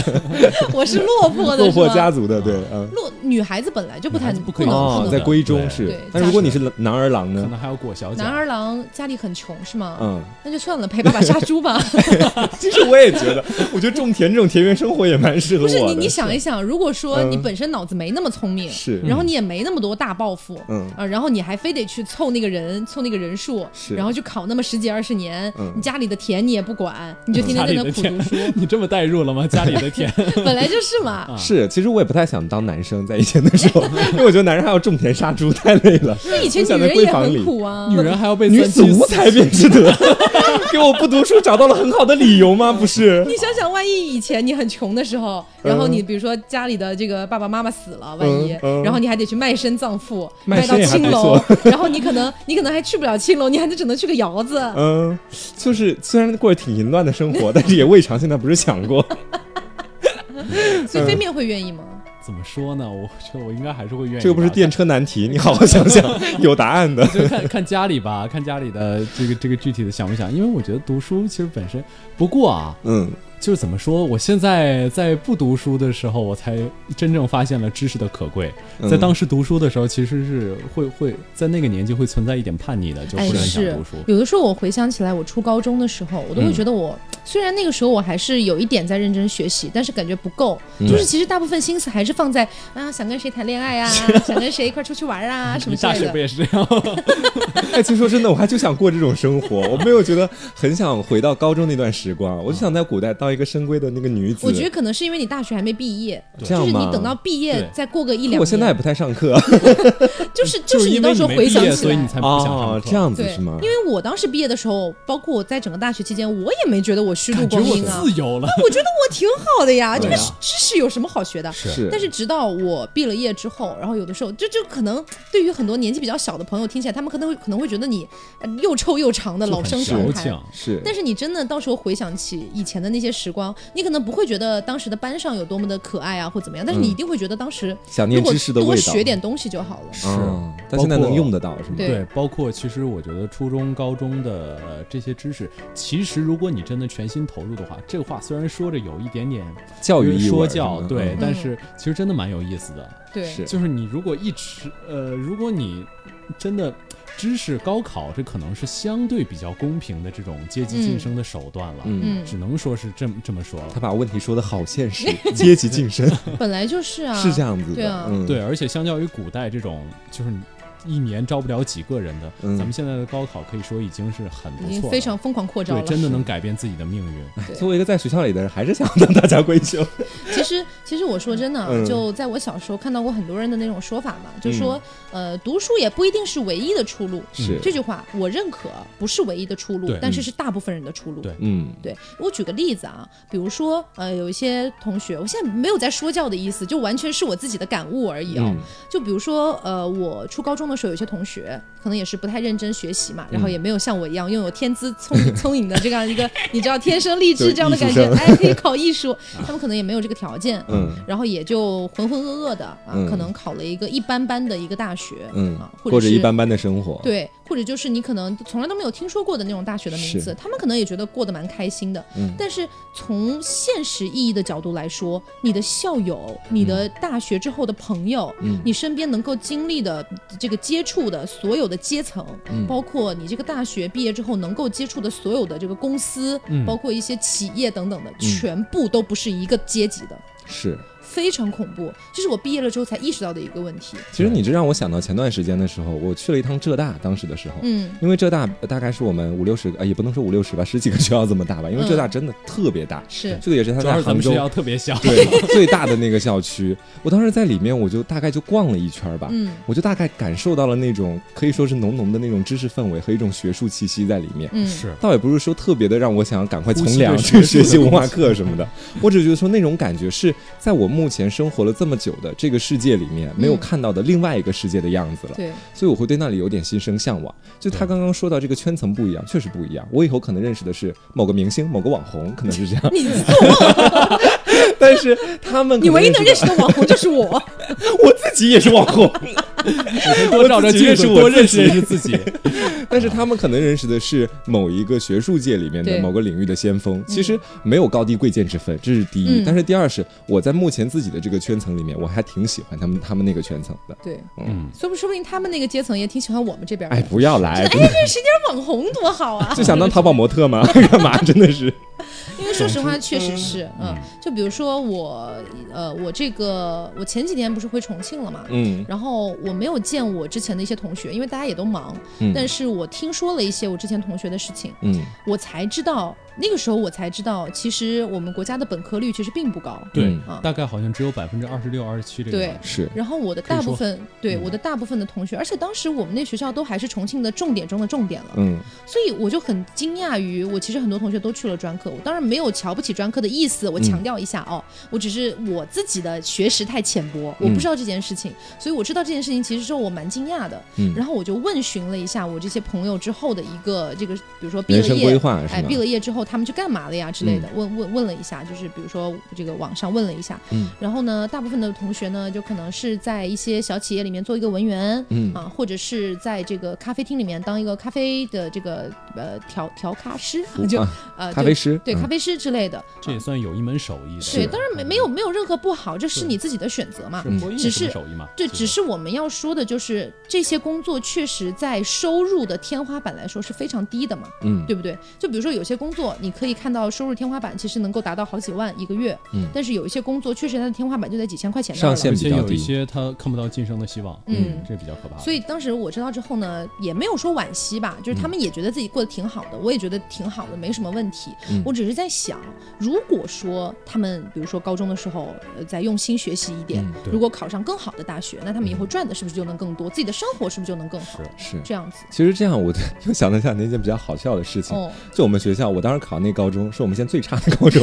Speaker 3: 我是落魄 的，
Speaker 2: 落魄
Speaker 3: 是吧
Speaker 2: 家族哦的，对，嗯。
Speaker 3: 落女孩子本来就不太
Speaker 1: 女孩子不可以
Speaker 3: 能
Speaker 1: 哦
Speaker 3: 不能
Speaker 2: 在闺中
Speaker 1: 对
Speaker 2: 是
Speaker 3: 对，
Speaker 2: 但如果你是男儿郎
Speaker 1: 可
Speaker 2: 呢？
Speaker 1: 能还要裹小脚。
Speaker 3: 嗯男儿郎家里很穷是吗？
Speaker 2: 嗯，
Speaker 3: 那就算了，陪爸爸杀 猪吧。
Speaker 2: 其实我也觉得，我觉得种田这种田园生活也蛮适合
Speaker 3: 不
Speaker 2: 我
Speaker 3: 是
Speaker 2: 的。
Speaker 3: 你，你想一嗯想，如果说
Speaker 2: 嗯
Speaker 3: 你本身脑子没那么聪明，
Speaker 2: 是
Speaker 3: 然后你也没那么多大抱负，
Speaker 2: 嗯
Speaker 3: 啊，然后你还非得去凑那个人，凑那个人数，
Speaker 2: 是
Speaker 3: 然后去考那么十几二十年
Speaker 2: 嗯，
Speaker 3: 你家里的田你也不管，你就天
Speaker 1: 家
Speaker 3: 天在
Speaker 1: 里的
Speaker 3: 那苦读
Speaker 1: 田
Speaker 3: 书，，
Speaker 1: 你这么代入了吗？家里的 田，
Speaker 3: 本来就是
Speaker 1: 啊
Speaker 3: 嘛。
Speaker 2: 是，其实我也不太想当男生，在以前的时候，因为我觉得男人还要种田杀猪太累了。
Speaker 3: 那以前
Speaker 2: 我想
Speaker 3: 女
Speaker 2: 在
Speaker 3: 人
Speaker 2: 闺
Speaker 3: 也
Speaker 2: 房
Speaker 3: 很
Speaker 2: 里，
Speaker 3: 苦啊，
Speaker 1: 女人还要被
Speaker 2: 女
Speaker 1: 三
Speaker 2: 子
Speaker 1: 妻
Speaker 2: 无
Speaker 1: 四
Speaker 2: 才便是德， 给我不读书找到了很好的理由吗？不是，
Speaker 3: 你想想，万一以前你很穷的时候，然后你比如说家里的这个爸爸妈妈死了，万一，
Speaker 2: 嗯嗯嗯
Speaker 3: 然后你还得去卖身葬父，
Speaker 2: 卖
Speaker 3: 卖到
Speaker 2: 身也还
Speaker 3: 青
Speaker 2: 不
Speaker 3: 楼
Speaker 2: 错，
Speaker 3: 然后你可能你可能还去不了青楼，你还得只能去个窑子。
Speaker 2: 嗯，就是虽然过着挺淫乱的生活，但是也未尝现在不是想过。嗯
Speaker 3: 所以飞面会愿意吗？
Speaker 1: 怎么说呢？我觉得我应该还是会愿意吧。
Speaker 2: 这个不是电车难题，你好好想想，有答案的。
Speaker 1: 就看看家里吧，看家里的呃这个这个具体的想不想？因为我觉得读书其实本身，不过啊，
Speaker 2: 嗯，
Speaker 1: 就是怎么说，我现在在不读书的时候，我才真正发现了知识的可贵。在
Speaker 2: 嗯
Speaker 1: 当时读书的时候，其实是会会在那个年纪会存在一点叛逆的，就不
Speaker 3: 哎，
Speaker 1: 是很想
Speaker 3: 是
Speaker 1: 读书。
Speaker 3: 有的时候我回想起来，我初高中的时候，我都会
Speaker 2: 嗯
Speaker 3: 觉得我、虽然那个时候我还是有一点在认真学习，但是感觉不够，
Speaker 2: 嗯
Speaker 3: 就是其实大部分心思还是放在啊想跟谁谈恋 爱啊，想跟谁一块儿出去玩啊什么
Speaker 1: 你
Speaker 3: 之
Speaker 1: 大
Speaker 3: 类
Speaker 1: 学
Speaker 3: 的
Speaker 1: 不。也是这样？
Speaker 2: 哎，其实说真的，我还就想过这种生活，我没有觉得很想回到高中那段时光，我就想在古代当一个深闺的那个女子。
Speaker 3: 我觉得可能是因为你大学还没毕业，
Speaker 2: 这
Speaker 3: 就
Speaker 2: 样
Speaker 3: 是你
Speaker 2: 吗
Speaker 3: 等到毕业
Speaker 1: 对
Speaker 3: 再过个一
Speaker 2: 可
Speaker 3: 两年，
Speaker 2: 我现在也不太上课哦
Speaker 3: 就是就是
Speaker 1: 因
Speaker 3: 到
Speaker 1: 为
Speaker 3: 时
Speaker 1: 你
Speaker 3: 候
Speaker 1: 没
Speaker 3: 回
Speaker 1: 毕
Speaker 3: 想
Speaker 1: 业，
Speaker 3: 起
Speaker 1: 所以你
Speaker 3: 来，
Speaker 1: 才不想上课。
Speaker 2: 这样子
Speaker 3: 对
Speaker 2: 是吗
Speaker 3: 因？为我当时毕业的时候，包括我在整个大学期间，我也没觉得我虚度
Speaker 1: 感觉
Speaker 3: 光
Speaker 1: 我
Speaker 3: 阴啊，
Speaker 1: 自由了，
Speaker 3: 我觉得我挺好的呀，这
Speaker 2: 对
Speaker 3: 个
Speaker 2: 啊
Speaker 3: 知识有什么好学的？
Speaker 2: 是，
Speaker 3: 但是直到我毕了业之后，然后有的时候，就就可能对于很多年纪比较小的朋友听起来，他们可能会可能会觉得你呃又臭又长的老生
Speaker 1: 就很矫
Speaker 3: 常谈
Speaker 1: 情。。
Speaker 2: 是，
Speaker 3: 但是你真的到时候回想起以前的那些时光，你可能不会觉得当时的班上有多么的可爱啊，或怎么样，但是你一定会觉得当时
Speaker 2: 想
Speaker 3: 如
Speaker 2: 念嗯
Speaker 3: 果
Speaker 2: 知识的味
Speaker 3: 多
Speaker 2: 道。
Speaker 3: 学点东西就好了。
Speaker 1: 是
Speaker 2: 嗯，但
Speaker 1: 包
Speaker 2: 现在能
Speaker 1: 括
Speaker 2: 用得到是吗？
Speaker 3: 对
Speaker 1: 对，包括其实我觉得初中、高中的呃这些知识，其实如果你真的全心投入的话，这话虽然说着有一点点
Speaker 2: 教育意味
Speaker 1: 说
Speaker 2: 儿
Speaker 1: 教
Speaker 2: 是，吗
Speaker 1: 对
Speaker 2: 嗯，
Speaker 1: 但是其实真的蛮有意思的。
Speaker 3: 对，
Speaker 2: 是
Speaker 1: 就是你如果一直呃，如果你真的知识高考，这可能是相对比较公平的这种阶级晋升的手段了，
Speaker 2: 嗯，
Speaker 3: 嗯，
Speaker 1: 只能说是这么这么说了
Speaker 2: 他。把问题说的好现 实，阶级晋升
Speaker 3: 本来就是啊，
Speaker 2: 是这样子
Speaker 3: 对
Speaker 2: 的
Speaker 3: 啊，
Speaker 2: 嗯，
Speaker 1: 对，而且相较于古代这种，就是你一年招不了几个人的，
Speaker 2: 嗯
Speaker 1: 咱们现在的高考可以说已经是很不
Speaker 3: 已
Speaker 1: 错
Speaker 3: 经
Speaker 1: 了，
Speaker 3: 非常疯狂扩招
Speaker 1: 对，
Speaker 3: 了。
Speaker 1: 真的能改变自己的命运。
Speaker 2: 作为一个在学校里的人，还是想当大家闺秀。
Speaker 3: 其实，其实我说真的啊，
Speaker 2: 嗯
Speaker 3: 就在我小时候看到过很多人的那种说法嘛，就说呃，读书也不一定是唯一的出路。
Speaker 2: 是，
Speaker 3: 这句话我认可，不是唯一的出路
Speaker 1: 对，
Speaker 3: 但是是大部分人的出路。
Speaker 1: 对
Speaker 2: 嗯，
Speaker 3: 对我举个例子啊，比如说，呃，有一些同学，我现在没有在说教的意思，就完全是我自己的感悟而已哦。
Speaker 2: 嗯
Speaker 3: 就比如说，呃，我初高中的时候，有些同学可能也是不太认真学习嘛，
Speaker 2: 嗯
Speaker 3: 然后也没有像我一样拥有天资聪聪颖的这样一 个，你知道天生丽
Speaker 2: 就
Speaker 3: 质
Speaker 2: 是
Speaker 3: 这样的感
Speaker 2: 艺术
Speaker 3: 觉，
Speaker 2: 生
Speaker 3: 哎，可以考艺 术，他们可能也没有这个条件，
Speaker 2: 嗯
Speaker 3: 然后也就浑浑噩噩的啊，
Speaker 2: 嗯
Speaker 3: 可能考了一个一般般的一个大学，
Speaker 2: 嗯
Speaker 3: 啊，，或
Speaker 2: 过
Speaker 3: 者
Speaker 2: 着
Speaker 3: 是
Speaker 2: 一般般的生活。，
Speaker 3: 对，或者就是你可能从来都没有听说过的那种大学的名字
Speaker 2: 是，
Speaker 3: 他们可能也觉得过得蛮开心的。
Speaker 2: 嗯
Speaker 3: 但是从现实意义的角度来说，你的校友、你的大学之后的朋友、
Speaker 2: 嗯
Speaker 3: 你身边能够经历的、这个接触的所有的阶层，
Speaker 2: 嗯
Speaker 3: 包括你这个大学毕业之后能够接触的所有的这个公司，
Speaker 1: 嗯
Speaker 3: 包括一些企业等等的，
Speaker 2: 嗯
Speaker 3: 全部都不是一个阶级的。
Speaker 2: 是。
Speaker 3: 非常恐怖，这是我毕业了之后才意识到的一个问题。
Speaker 2: 其实你这让我想到前段时间的时候，我去了一趟浙大，当时的时候。
Speaker 3: 嗯，
Speaker 2: 因为浙大呃大概是我们五六十个，呃也不能说五六十吧，十几个学校这么大吧。因为浙大真的特别大，
Speaker 3: 是
Speaker 2: 这个也是他
Speaker 1: 主要
Speaker 2: 在
Speaker 1: 是咱
Speaker 2: 杭
Speaker 1: 们学
Speaker 2: 州
Speaker 1: 校特别小，
Speaker 2: 对 最大的那个校区。我当时在里面，我就大概就逛了一圈吧，
Speaker 3: 嗯
Speaker 2: 我就大概感受到了那种可以说是浓浓的那种知识氛围和一种学术气息在里面。
Speaker 3: 嗯，
Speaker 1: 是
Speaker 2: 倒也不是说特别的让我想赶快从
Speaker 1: 呼吸
Speaker 2: 良
Speaker 1: 着
Speaker 2: 去
Speaker 1: 学术
Speaker 2: 学习
Speaker 1: 的
Speaker 2: 文化
Speaker 1: 东西
Speaker 2: 课什么的，我只是觉得说那种感觉是在我目目前生活了这么久的这个世界里面没有
Speaker 3: 嗯
Speaker 2: 看到的另外一个世界的样子了。
Speaker 3: 对，。
Speaker 2: 所以我会对那里有点心生向往。就他刚刚说到这个圈层不一样，确实不一样。我以后可能认识的是某个明星、某个网红，可能是这 样
Speaker 3: 你做梦，
Speaker 2: 但是他们可
Speaker 3: 你唯一
Speaker 2: 能
Speaker 3: 能
Speaker 2: 认
Speaker 3: 认
Speaker 2: 识
Speaker 3: 识的网红就是我。
Speaker 2: 的，我自己也是网 红，
Speaker 1: 多照照镜
Speaker 2: 我自己认识
Speaker 1: 子，
Speaker 2: 我
Speaker 1: 多认识认识自 己。
Speaker 2: 但是他们可能认识的是某一个学术界里面的
Speaker 3: 对
Speaker 2: 某个领域的先锋。其实没有高低贵贱之分，这是第一。
Speaker 3: 嗯
Speaker 2: 但是第二是，我在目前自己的这个圈层里面，我还挺喜欢他们他们那个圈层的。
Speaker 3: 对，
Speaker 1: 嗯，
Speaker 3: 所以说不定他们那个阶层也挺喜欢我们这边的。
Speaker 2: 哎，不要来，
Speaker 3: 哎，认识一点网红多好 啊！
Speaker 2: 嗯就想当淘宝模特吗？ 干嘛？真的是。
Speaker 3: 因为说实话，确实是，嗯，就比如说我，呃，我这个，我前几天不是回重庆了嘛，
Speaker 2: 嗯
Speaker 3: 然后我没有见我之前的一些同学，因为大家也都忙，
Speaker 2: 嗯
Speaker 3: 但是我听说了一些我之前同学的事情，
Speaker 2: 嗯
Speaker 3: 我才知道，那个时候我才知道，其实我们国家的本科率其实并不高，
Speaker 1: 对
Speaker 2: 嗯，
Speaker 1: 大概好像只有百分之二十六、二十七这个
Speaker 3: 对
Speaker 1: 样子。
Speaker 2: 是。
Speaker 3: 然后我的
Speaker 1: 可以
Speaker 3: 大部
Speaker 1: 说嗯
Speaker 3: 分对我的大部分的同学，而且当时我们那学校都还是重庆的重点中的重点了，
Speaker 2: 嗯
Speaker 3: 所以我就很惊讶于，我其实很多同学都去了专科，我当然没有瞧不起专科的意思，我
Speaker 2: 嗯
Speaker 3: 强调一下哦，我只是我自己的学识太浅薄，
Speaker 2: 嗯
Speaker 3: 我不知道这件事情，所以我知道这件事情其实之后我蛮惊讶的，
Speaker 2: 嗯
Speaker 3: 然后我就问询了一下我这些朋友之后的一个这个，比如说毕
Speaker 2: 人
Speaker 3: 了
Speaker 2: 生规
Speaker 3: 业。
Speaker 2: 划是
Speaker 3: 哎，
Speaker 2: 吗
Speaker 3: 毕？了业之后他们去干嘛了呀之类的？问问问了一下，就是比如说这个网上问了一下，
Speaker 2: 嗯
Speaker 3: 然后呢，大部分的同学呢，就可能是在一些小企业里面做一个文员，
Speaker 2: 嗯
Speaker 3: 啊，或者是在这个咖啡厅里面当一个咖啡的这个呃调调咖师，就
Speaker 2: 啊
Speaker 3: 呃
Speaker 2: 咖
Speaker 3: 对
Speaker 2: 啡师，
Speaker 3: 对
Speaker 2: 嗯
Speaker 3: 咖啡师之类的，啊
Speaker 1: 这也算有一门手艺的。
Speaker 3: 对，当然没没有没有任何不好，这是你自己的选择嘛。
Speaker 1: 是播音也
Speaker 3: 啊只
Speaker 1: 是门
Speaker 3: 是
Speaker 1: 手艺嘛？
Speaker 3: 对，
Speaker 1: 其
Speaker 3: 只
Speaker 1: 实
Speaker 3: 是我们要说的就是这些工作确实在收入的天花板来说是非常低的嘛，
Speaker 2: 嗯，
Speaker 3: 对不对？就比如说有些工作，你可以看到收入天花板其实能够达到好几万一个月，
Speaker 2: 嗯
Speaker 3: 但是有一些工作确实它的天花板就在几千块钱那
Speaker 2: 上
Speaker 3: 儿了。
Speaker 2: 限
Speaker 1: 而
Speaker 2: 比
Speaker 1: 且
Speaker 2: 较
Speaker 1: 有
Speaker 2: 低
Speaker 1: 一些他看不到晋升的希望，
Speaker 3: 嗯
Speaker 1: 这比较
Speaker 2: 啊
Speaker 1: 可怕。
Speaker 3: 所以当时我知道之后呢，也没有说惋惜吧，
Speaker 2: 嗯
Speaker 3: 就是他们也觉得自己过得挺好的，我也觉得挺好的，没什么问题。
Speaker 2: 嗯
Speaker 3: 我只是在想，如果说他们比如说高中的时候，呃，再用心学习一点，
Speaker 2: 嗯
Speaker 1: 对
Speaker 3: 如果考上更好的大学，那他们以后赚的是不是就能更多？自己的生活是不是就能更好？
Speaker 2: 是。
Speaker 3: 这样子
Speaker 2: 其实这样，我 又想了想那件比较好笑的事情。
Speaker 3: 哦，
Speaker 2: 就我们学校，我当时考那高中是我们县最差的高中，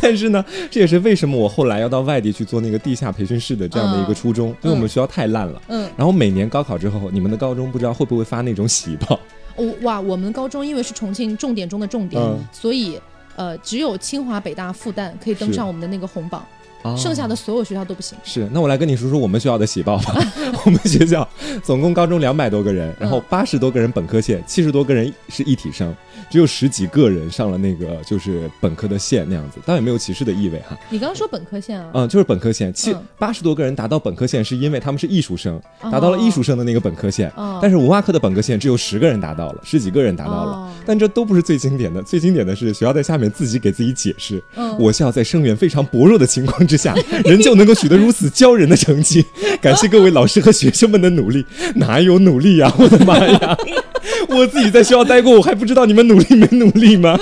Speaker 2: 但是呢，这也是为什么我后来要到外地去做那个地下培训室的这样的一个初衷，因为我们学校太烂了。
Speaker 3: 嗯，
Speaker 2: 然后每年高考之后，你们的高中不知道会不会发那种喜报？
Speaker 3: 我、哦哇，我们高中因为是重庆重点中的重点，
Speaker 2: 嗯
Speaker 3: 所以。呃，只有清华、北大、复旦可以登
Speaker 2: 是
Speaker 3: 上我们的那个红榜，
Speaker 2: 啊
Speaker 3: 剩下的所有学校都不行。
Speaker 2: 是，那我来跟你说说我们学校的喜报吧。我们学校总共高中两百多个人，然后八十多个人本科线，七十多个人是一体生，只有十几个人上了那个就是本科的线那样子，当然也没有歧视的意味哈。
Speaker 3: 你刚刚说本科线啊？
Speaker 2: 嗯，就是本科线，七
Speaker 3: 嗯
Speaker 2: 八十多个人达到本科线，是因为他们是艺术生，达到了艺术生的那个本科线。
Speaker 3: 哦，
Speaker 2: 但是文化课的本科线只有十个人达到了，十几个人达到了
Speaker 3: 哦，
Speaker 2: 但这都不是最经典的。最经典的是学校在下面自己给自己解释，
Speaker 3: 嗯
Speaker 2: 我校在生源非常薄弱的情况之下， 仍旧能够取得如此骄人的成 绩，感谢各位老师和学生们的努力。哪有努力呀、我的妈呀！ 我自己在学校待过，我还不知道你们努力没努力吗？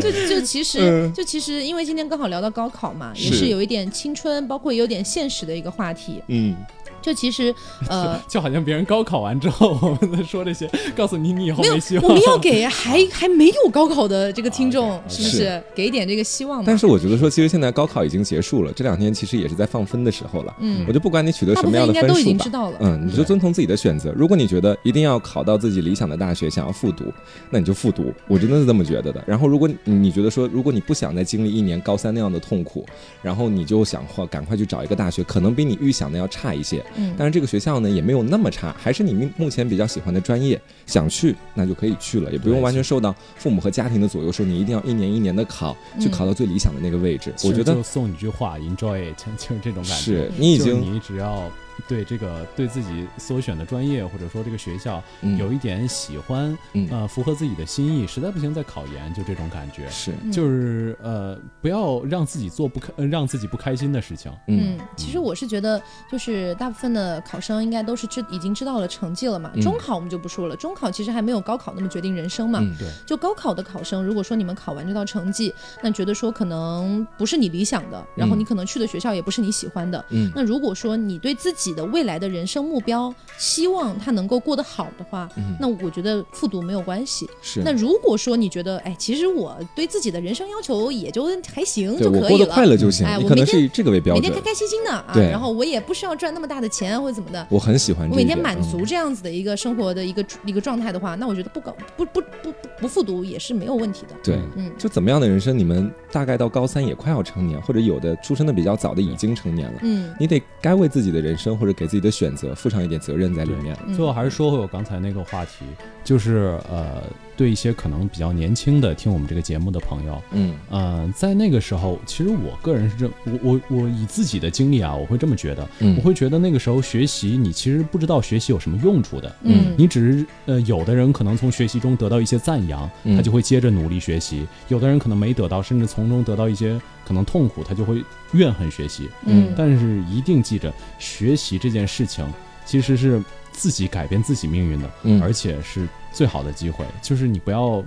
Speaker 3: 就就其实、
Speaker 2: 嗯
Speaker 3: 就其实，因为今天刚好聊到高考嘛，也
Speaker 2: 是
Speaker 3: 是有一点青春，包括有点现实的一个话题。
Speaker 2: 嗯，
Speaker 3: 就其实 呃
Speaker 1: 。就好像别人高考完之后， 我们在说这些，告诉你你以后
Speaker 3: 没有
Speaker 1: 希，望。
Speaker 3: 我们要给还还没有高考的这个听众，
Speaker 1: 啊，OK，OK
Speaker 3: 是不
Speaker 2: 是
Speaker 3: 是给一点这个希望嘛？
Speaker 2: 但是我觉得说，其实现在高考已经结束了，这两天其实也是在放分的时候了。
Speaker 3: 嗯
Speaker 2: 我就不管你取得
Speaker 3: 大
Speaker 2: 什
Speaker 3: 部
Speaker 2: 么
Speaker 3: 分
Speaker 2: 样
Speaker 3: 应
Speaker 2: 的
Speaker 3: 该
Speaker 2: 分
Speaker 3: 都已
Speaker 2: 数
Speaker 3: 经知
Speaker 2: 吧。
Speaker 3: 道了。
Speaker 2: 嗯，你就遵从自己的选择。如果你觉得一定要考到自己理想的大学，想要复读，那你就复读。我真的是这么觉得的。然后，如果你你觉得说，如果你不想再经历一年高三那样的痛苦，然后你就想或赶快去找一个大学，可能比你预想的要差一些，
Speaker 3: 嗯
Speaker 2: 但是这个学校呢也没有那么差，还是你目目前比较喜欢的专业，想去那就可以去了，也不用完全受到父母和家庭的左右，说你一定要一年一年的考，去考到最理想的那个位
Speaker 3: 嗯
Speaker 2: 置。 我觉
Speaker 1: 就
Speaker 2: 得
Speaker 1: 送你句话，enjoy，it，就 就是这种感觉。
Speaker 2: 是你已
Speaker 1: 就是
Speaker 2: 经
Speaker 1: 你只要对这个对自己所选的专业或者说这个学校
Speaker 2: 嗯
Speaker 1: 有一点喜欢，
Speaker 2: 嗯
Speaker 1: 呃，符合自己的心意，实在不行再考研，就这种感
Speaker 3: 嗯
Speaker 1: 觉。
Speaker 2: 是
Speaker 1: 就是呃，不要让自己做不开，呃让自己不开心的事情。
Speaker 2: 嗯
Speaker 3: 嗯，其实我是觉得，就是大部分的考生应该都是知已经知道了成绩了
Speaker 2: 嗯
Speaker 3: 嘛。中考我们就不说了，中考其实还没有高考那么决定人生嘛。
Speaker 2: 嗯
Speaker 1: 对
Speaker 3: 就高考的考生，如果说你们考完这道成绩，那觉得说可能不是你理想的，然后
Speaker 2: 嗯
Speaker 3: 你可能去的学校也不是你喜欢的。
Speaker 2: 嗯
Speaker 3: 那如果说你对自己的未来的人生目标，希望他能够过得好的话，
Speaker 2: 嗯
Speaker 3: 那我觉得复读没有关系。
Speaker 2: 是
Speaker 3: 那如果说你觉得，哎，其实我对自己的人生要求也就还行
Speaker 2: 对
Speaker 3: 就
Speaker 2: 我
Speaker 3: 可
Speaker 2: 过
Speaker 3: 以
Speaker 2: 得
Speaker 3: 了，
Speaker 2: 快乐就行
Speaker 3: 哎，
Speaker 2: 你
Speaker 3: 我
Speaker 2: 可能
Speaker 3: 每天
Speaker 2: 是以这个为标
Speaker 3: 每天开
Speaker 2: 准。
Speaker 3: 开心心的啊，
Speaker 2: 对
Speaker 3: 然后我也不需要赚那么大的钱或者怎么的。
Speaker 2: 我很喜欢这
Speaker 3: 我
Speaker 2: 一嗯
Speaker 3: 每
Speaker 2: 点，
Speaker 3: 天满足
Speaker 2: 嗯
Speaker 3: 这样子的一个生活的一个一个状态的话，那我觉得不搞不不不不不复读也是没有问题的。
Speaker 2: 对，
Speaker 3: 嗯，
Speaker 2: 就怎么样的人生，你们大概到高三也快要成年，或者有的出生的比较早的已经成年了，
Speaker 3: 嗯，
Speaker 2: 你得该为自己的人生或者给自己的选择负上一点责任在里面。
Speaker 3: 嗯
Speaker 1: 最后还是说回我刚才那个话题，就是呃，对一些可能比较年轻的听我们这个节目的朋友，
Speaker 2: 嗯
Speaker 1: 嗯、在那个时候，其实我个人是这，我我我以自己的经历啊，我会这么觉得，
Speaker 2: 嗯
Speaker 1: 我会觉得那个时候学习，你其实不知道学习有什么用处的，
Speaker 3: 嗯
Speaker 1: 你只是呃，有的人可能从学习中得到一些赞扬，
Speaker 2: 嗯
Speaker 1: 他就会接着努力学习；有的人可能没得到，甚至从中得到一些可能痛苦，他就会怨恨学习。
Speaker 3: 嗯
Speaker 1: 但是一定记着，学习这件事情其实是自己改变自己命运的，
Speaker 2: 嗯
Speaker 1: 而且是最好的机会。就是你不要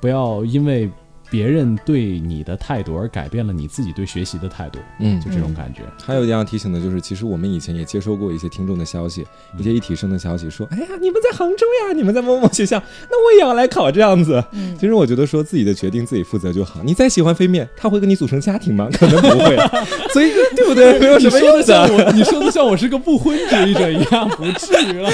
Speaker 1: 不要因为别人对你的态度而改变了你自己对学习的态度，
Speaker 2: 嗯
Speaker 1: 就这种感觉。
Speaker 2: 还有一点要提醒的就是，其实我们以前也接收过一些听众的消息，一些一体生的消息，说，哎呀，你们在杭州呀，你们在某某学校，那我也要来考这样子。
Speaker 3: 嗯
Speaker 2: 其实我觉得说自己的决定自己负责就好。你再喜欢飞面，他会跟你组成家庭 吗？可能不会，所以对不 对？没有什
Speaker 1: 你
Speaker 2: 么啊
Speaker 1: 说
Speaker 2: 用
Speaker 1: 的像
Speaker 2: 的。
Speaker 1: 我，啊你说的像我是个不婚主义者一样，不至于了。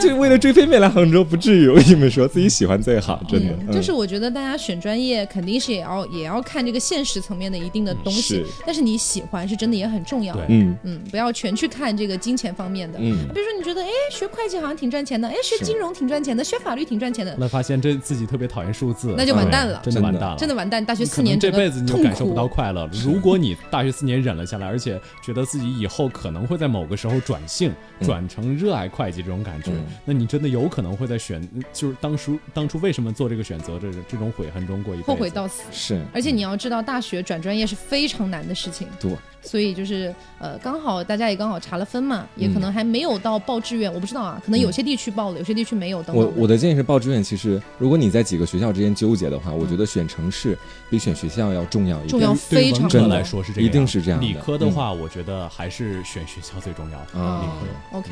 Speaker 2: 就为了追飞面来杭州，不至于。我跟你们说，自己喜欢最好，真的。
Speaker 3: 嗯
Speaker 2: 嗯
Speaker 3: 就是我觉得大家选专业肯定是也要也要看这个现实层面的一定的东西，
Speaker 2: 是
Speaker 3: 但是你喜欢是真的也很重要。
Speaker 1: 对
Speaker 2: 嗯
Speaker 3: 嗯，不要全去看这个金钱方面的。
Speaker 2: 嗯
Speaker 3: 比如说，你觉得哎，学会计好像挺赚钱的，哎，学
Speaker 2: 是
Speaker 3: 金融挺赚钱的，学法律挺赚钱 的，
Speaker 1: 那发现这自己特别讨厌数字，嗯
Speaker 3: 那就完蛋了
Speaker 1: 对真的完蛋了，
Speaker 3: 真的完蛋！大学
Speaker 1: 你
Speaker 3: 四
Speaker 1: 可
Speaker 3: 年
Speaker 1: 能这
Speaker 3: 整个
Speaker 1: 辈子你就
Speaker 3: 痛
Speaker 1: 感受
Speaker 3: 苦
Speaker 1: 不到快乐了。如果你大学四年忍了下来，而且觉得自己以后可能会在某个时候转性，
Speaker 3: 嗯
Speaker 1: 转成热爱会计这种感觉
Speaker 2: 嗯，
Speaker 1: 那你真的有可能会在选，就是当初当初为什么做这个选择，这这种悔恨中过一辈子。
Speaker 3: 后悔到死。
Speaker 2: 是
Speaker 3: 而且你要知道，大学转专业是非常难的事情，
Speaker 2: 对，
Speaker 3: 所以就是呃，刚好大家也刚好查了分嘛，也可
Speaker 2: 嗯
Speaker 3: 能还没有到报志愿，我不知道啊，可
Speaker 1: 嗯
Speaker 3: 能有些地区报了，有些地区没有。等等
Speaker 2: 我
Speaker 3: 的，
Speaker 2: 我的建议是报志愿。其实，如果你在几个学校之间纠结的话，我觉得选城市比选学校要重要一点。
Speaker 3: 嗯重要
Speaker 1: 对
Speaker 3: 非
Speaker 1: 于
Speaker 3: 常
Speaker 1: 文
Speaker 2: 真
Speaker 1: 科
Speaker 2: 的
Speaker 1: 来说是这个样子，
Speaker 2: 一定是这样的
Speaker 1: 理科
Speaker 3: 嗯
Speaker 1: 的话，我觉得还是选学校最重要。
Speaker 2: 啊
Speaker 3: 啊、OK，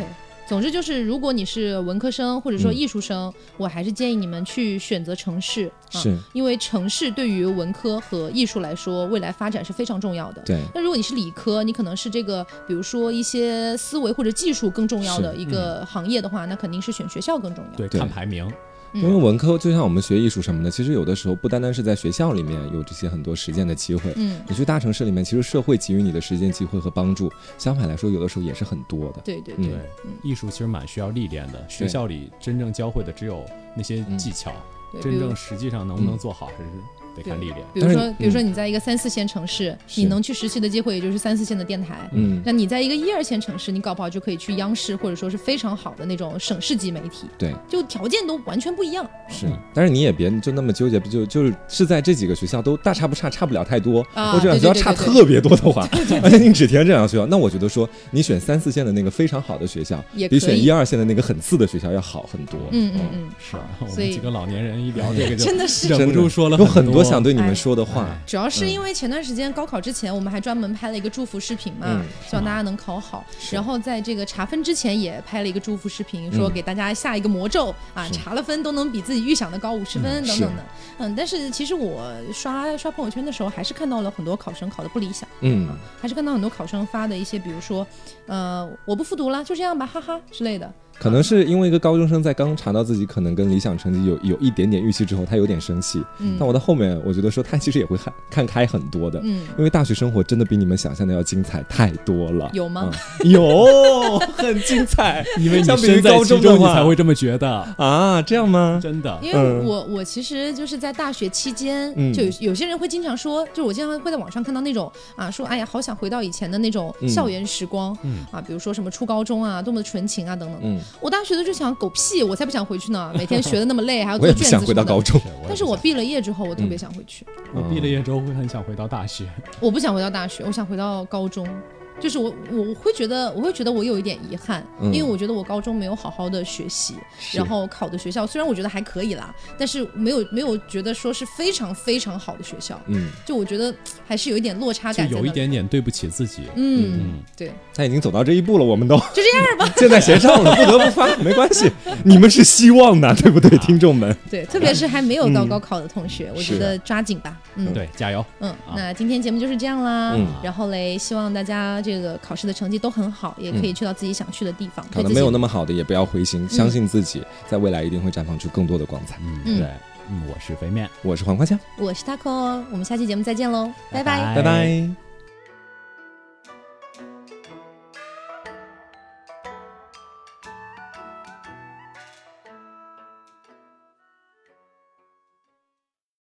Speaker 3: 总之就是，如果你是文科生或者说
Speaker 2: 嗯
Speaker 3: 艺术生，我还是建议你们去选择城市，啊、
Speaker 2: 是
Speaker 3: 因为城市对于文科和艺术来说，未来发展是非常重要的。
Speaker 2: 对，
Speaker 3: 那如果你是理科，你可能是这个，比如说一些思维或者技术更重要的
Speaker 2: 是嗯
Speaker 3: 一个行业的话，那肯定是选学校更重要。
Speaker 1: 对，
Speaker 2: 对
Speaker 1: 看排名，
Speaker 3: 嗯
Speaker 2: 因为文科就像我们学艺术什么的，其实有的时候不单单是在学校里面有这些很多实践的机会，
Speaker 3: 嗯，
Speaker 2: 你去大城市里面，其实社会给予你的实践机会和帮助，相反来说，有的时候也是很多的。
Speaker 3: 对对
Speaker 2: 嗯
Speaker 3: 对，
Speaker 1: 对，艺术其实蛮需要历练的。学校里真正教会的只有那些技巧，
Speaker 3: 嗯对比
Speaker 1: 真
Speaker 3: 如嗯
Speaker 1: 正实际上能不能做好，还是得看历练。
Speaker 3: 比如
Speaker 2: 但
Speaker 3: 说
Speaker 2: 是，
Speaker 3: 比如说你在一个三四线城市，
Speaker 2: 是
Speaker 3: 你能去实习的机会也就是三四线的电台。
Speaker 2: 嗯，
Speaker 3: 那你在一个一二线城市，你搞不好就可以去央视或者说是非常好的那种省市级媒体，
Speaker 2: 对，
Speaker 3: 就条件都完全不一样。
Speaker 2: 是，但是你也别就那么纠结，不就就是是在这几个学校都大差不差，差不了太多，
Speaker 3: 啊
Speaker 2: 或者两
Speaker 3: 对
Speaker 2: 学校
Speaker 3: 对对
Speaker 2: 差
Speaker 3: 对
Speaker 2: 特别多的话，哎而且你只填这两个学校，那我觉得说你选三四线的那个非常好的学校，
Speaker 3: 也
Speaker 2: 比
Speaker 3: 可
Speaker 2: 选
Speaker 3: 以
Speaker 2: 一二线的那个很次的学校要好很多。
Speaker 3: 嗯嗯嗯，
Speaker 1: 是啊，
Speaker 3: 好
Speaker 1: 我
Speaker 3: 所
Speaker 1: 们
Speaker 3: 以
Speaker 1: 几个老年人一聊这个就
Speaker 3: 真的是。
Speaker 1: 忍不住说了
Speaker 2: 哦有
Speaker 1: 很
Speaker 2: 很多想对你
Speaker 3: 哎
Speaker 2: 们说的话。
Speaker 1: 哎
Speaker 3: 主要是
Speaker 2: 嗯
Speaker 3: 因为前段时间高考之前，我们还专门拍了一个祝福视频嘛，
Speaker 2: 嗯
Speaker 3: 希望大家能考好。
Speaker 2: 是
Speaker 3: 然后在这个查分之前也拍了一个祝福视频，说给大家下一个魔咒、啊，查了分都能比自己预想的高五十分等等的。嗯，但是其实我刷刷朋友圈的时候，还是看到了很多考生考得不理想，
Speaker 2: 嗯，
Speaker 3: 还是看到很多考生发的一些，比如说，呃，我不复读了，就这样吧，哈哈之类的。
Speaker 2: 可能是因为一个高中生在刚查到自己可能跟理想成绩有有一点点预期之后，他有点生气。
Speaker 3: 嗯
Speaker 2: 但我到后面，我觉得说他其实也会看看开很多的，
Speaker 3: 嗯，
Speaker 2: 因为大学生活真的比你们想象的要精彩太多了。
Speaker 3: 有吗？
Speaker 2: 嗯有，很精 彩。
Speaker 1: 因为你
Speaker 2: 相比于
Speaker 1: 身在
Speaker 2: 高
Speaker 1: 其
Speaker 2: 中的
Speaker 1: 中，你
Speaker 2: 话
Speaker 1: 才会这么觉得，
Speaker 2: 啊，这样吗？
Speaker 1: 真的。
Speaker 3: 因为
Speaker 2: 嗯
Speaker 3: 我我其实就是在大学期间，
Speaker 2: 嗯
Speaker 3: 就有有些人会经常说，就是我经常会在网上看到那种啊，说哎呀，好想回到以前的那种
Speaker 2: 嗯
Speaker 3: 校园时光，啊，比如说什么初高中啊，多么的纯情啊等等。
Speaker 2: 嗯，
Speaker 3: 我大学的就想狗屁，我才不想回去呢，每天学的那么累，还要
Speaker 2: 我
Speaker 3: 啊做
Speaker 2: 也
Speaker 3: 卷
Speaker 2: 不
Speaker 3: 子
Speaker 2: 想回到
Speaker 3: 什么
Speaker 2: 高
Speaker 3: 的。
Speaker 2: 中。
Speaker 1: 也
Speaker 3: 但是
Speaker 1: 不
Speaker 3: 我
Speaker 1: 想
Speaker 3: 毕了业之后，我特别想回去，
Speaker 1: 我毕了业之后会很想回到大学，
Speaker 3: 我不想回到大学，我想回到高中。就是我我会觉得我会觉得我有一点遗憾，
Speaker 2: 嗯
Speaker 3: 因为我觉得我高中没有好好的学习，
Speaker 2: 是
Speaker 3: 然后考的学校虽然我觉得还可以啦，但是没有没有觉得说是非常非常好的学校，
Speaker 2: 嗯，
Speaker 3: 就我觉得还是有一点落差
Speaker 1: 就
Speaker 3: 感在那
Speaker 1: 有
Speaker 3: 里，
Speaker 1: 一点点对不起自己。
Speaker 3: 嗯，对，
Speaker 2: 他已经走到这一步了，我们都
Speaker 3: 就这样吧，
Speaker 2: 箭在弦上了，不得不发，没关 系，你们是希望的，对不对，听众们？
Speaker 3: 啊对，特别是还没有到高考的同学，我觉
Speaker 2: 嗯是
Speaker 3: 得抓紧吧，嗯。
Speaker 1: 对，加油！
Speaker 3: 嗯，那今天节目就是这样啦。
Speaker 2: 嗯
Speaker 3: 然后嘞，希望大家这个考试的成绩都很好，
Speaker 2: 嗯
Speaker 3: 也可以去到自己想去的地方。
Speaker 2: 考
Speaker 3: 对
Speaker 2: 的
Speaker 3: 自己
Speaker 2: 没有那么好的，也不要灰心，相信自己，在未来一定会绽放出更多的光彩。
Speaker 1: 嗯，
Speaker 3: 嗯
Speaker 1: 对，嗯，我是肥面，
Speaker 2: 我是黄瓜酱，
Speaker 3: 哦我是 taco，我们下期节目再见喽，拜
Speaker 1: 拜
Speaker 2: 拜拜。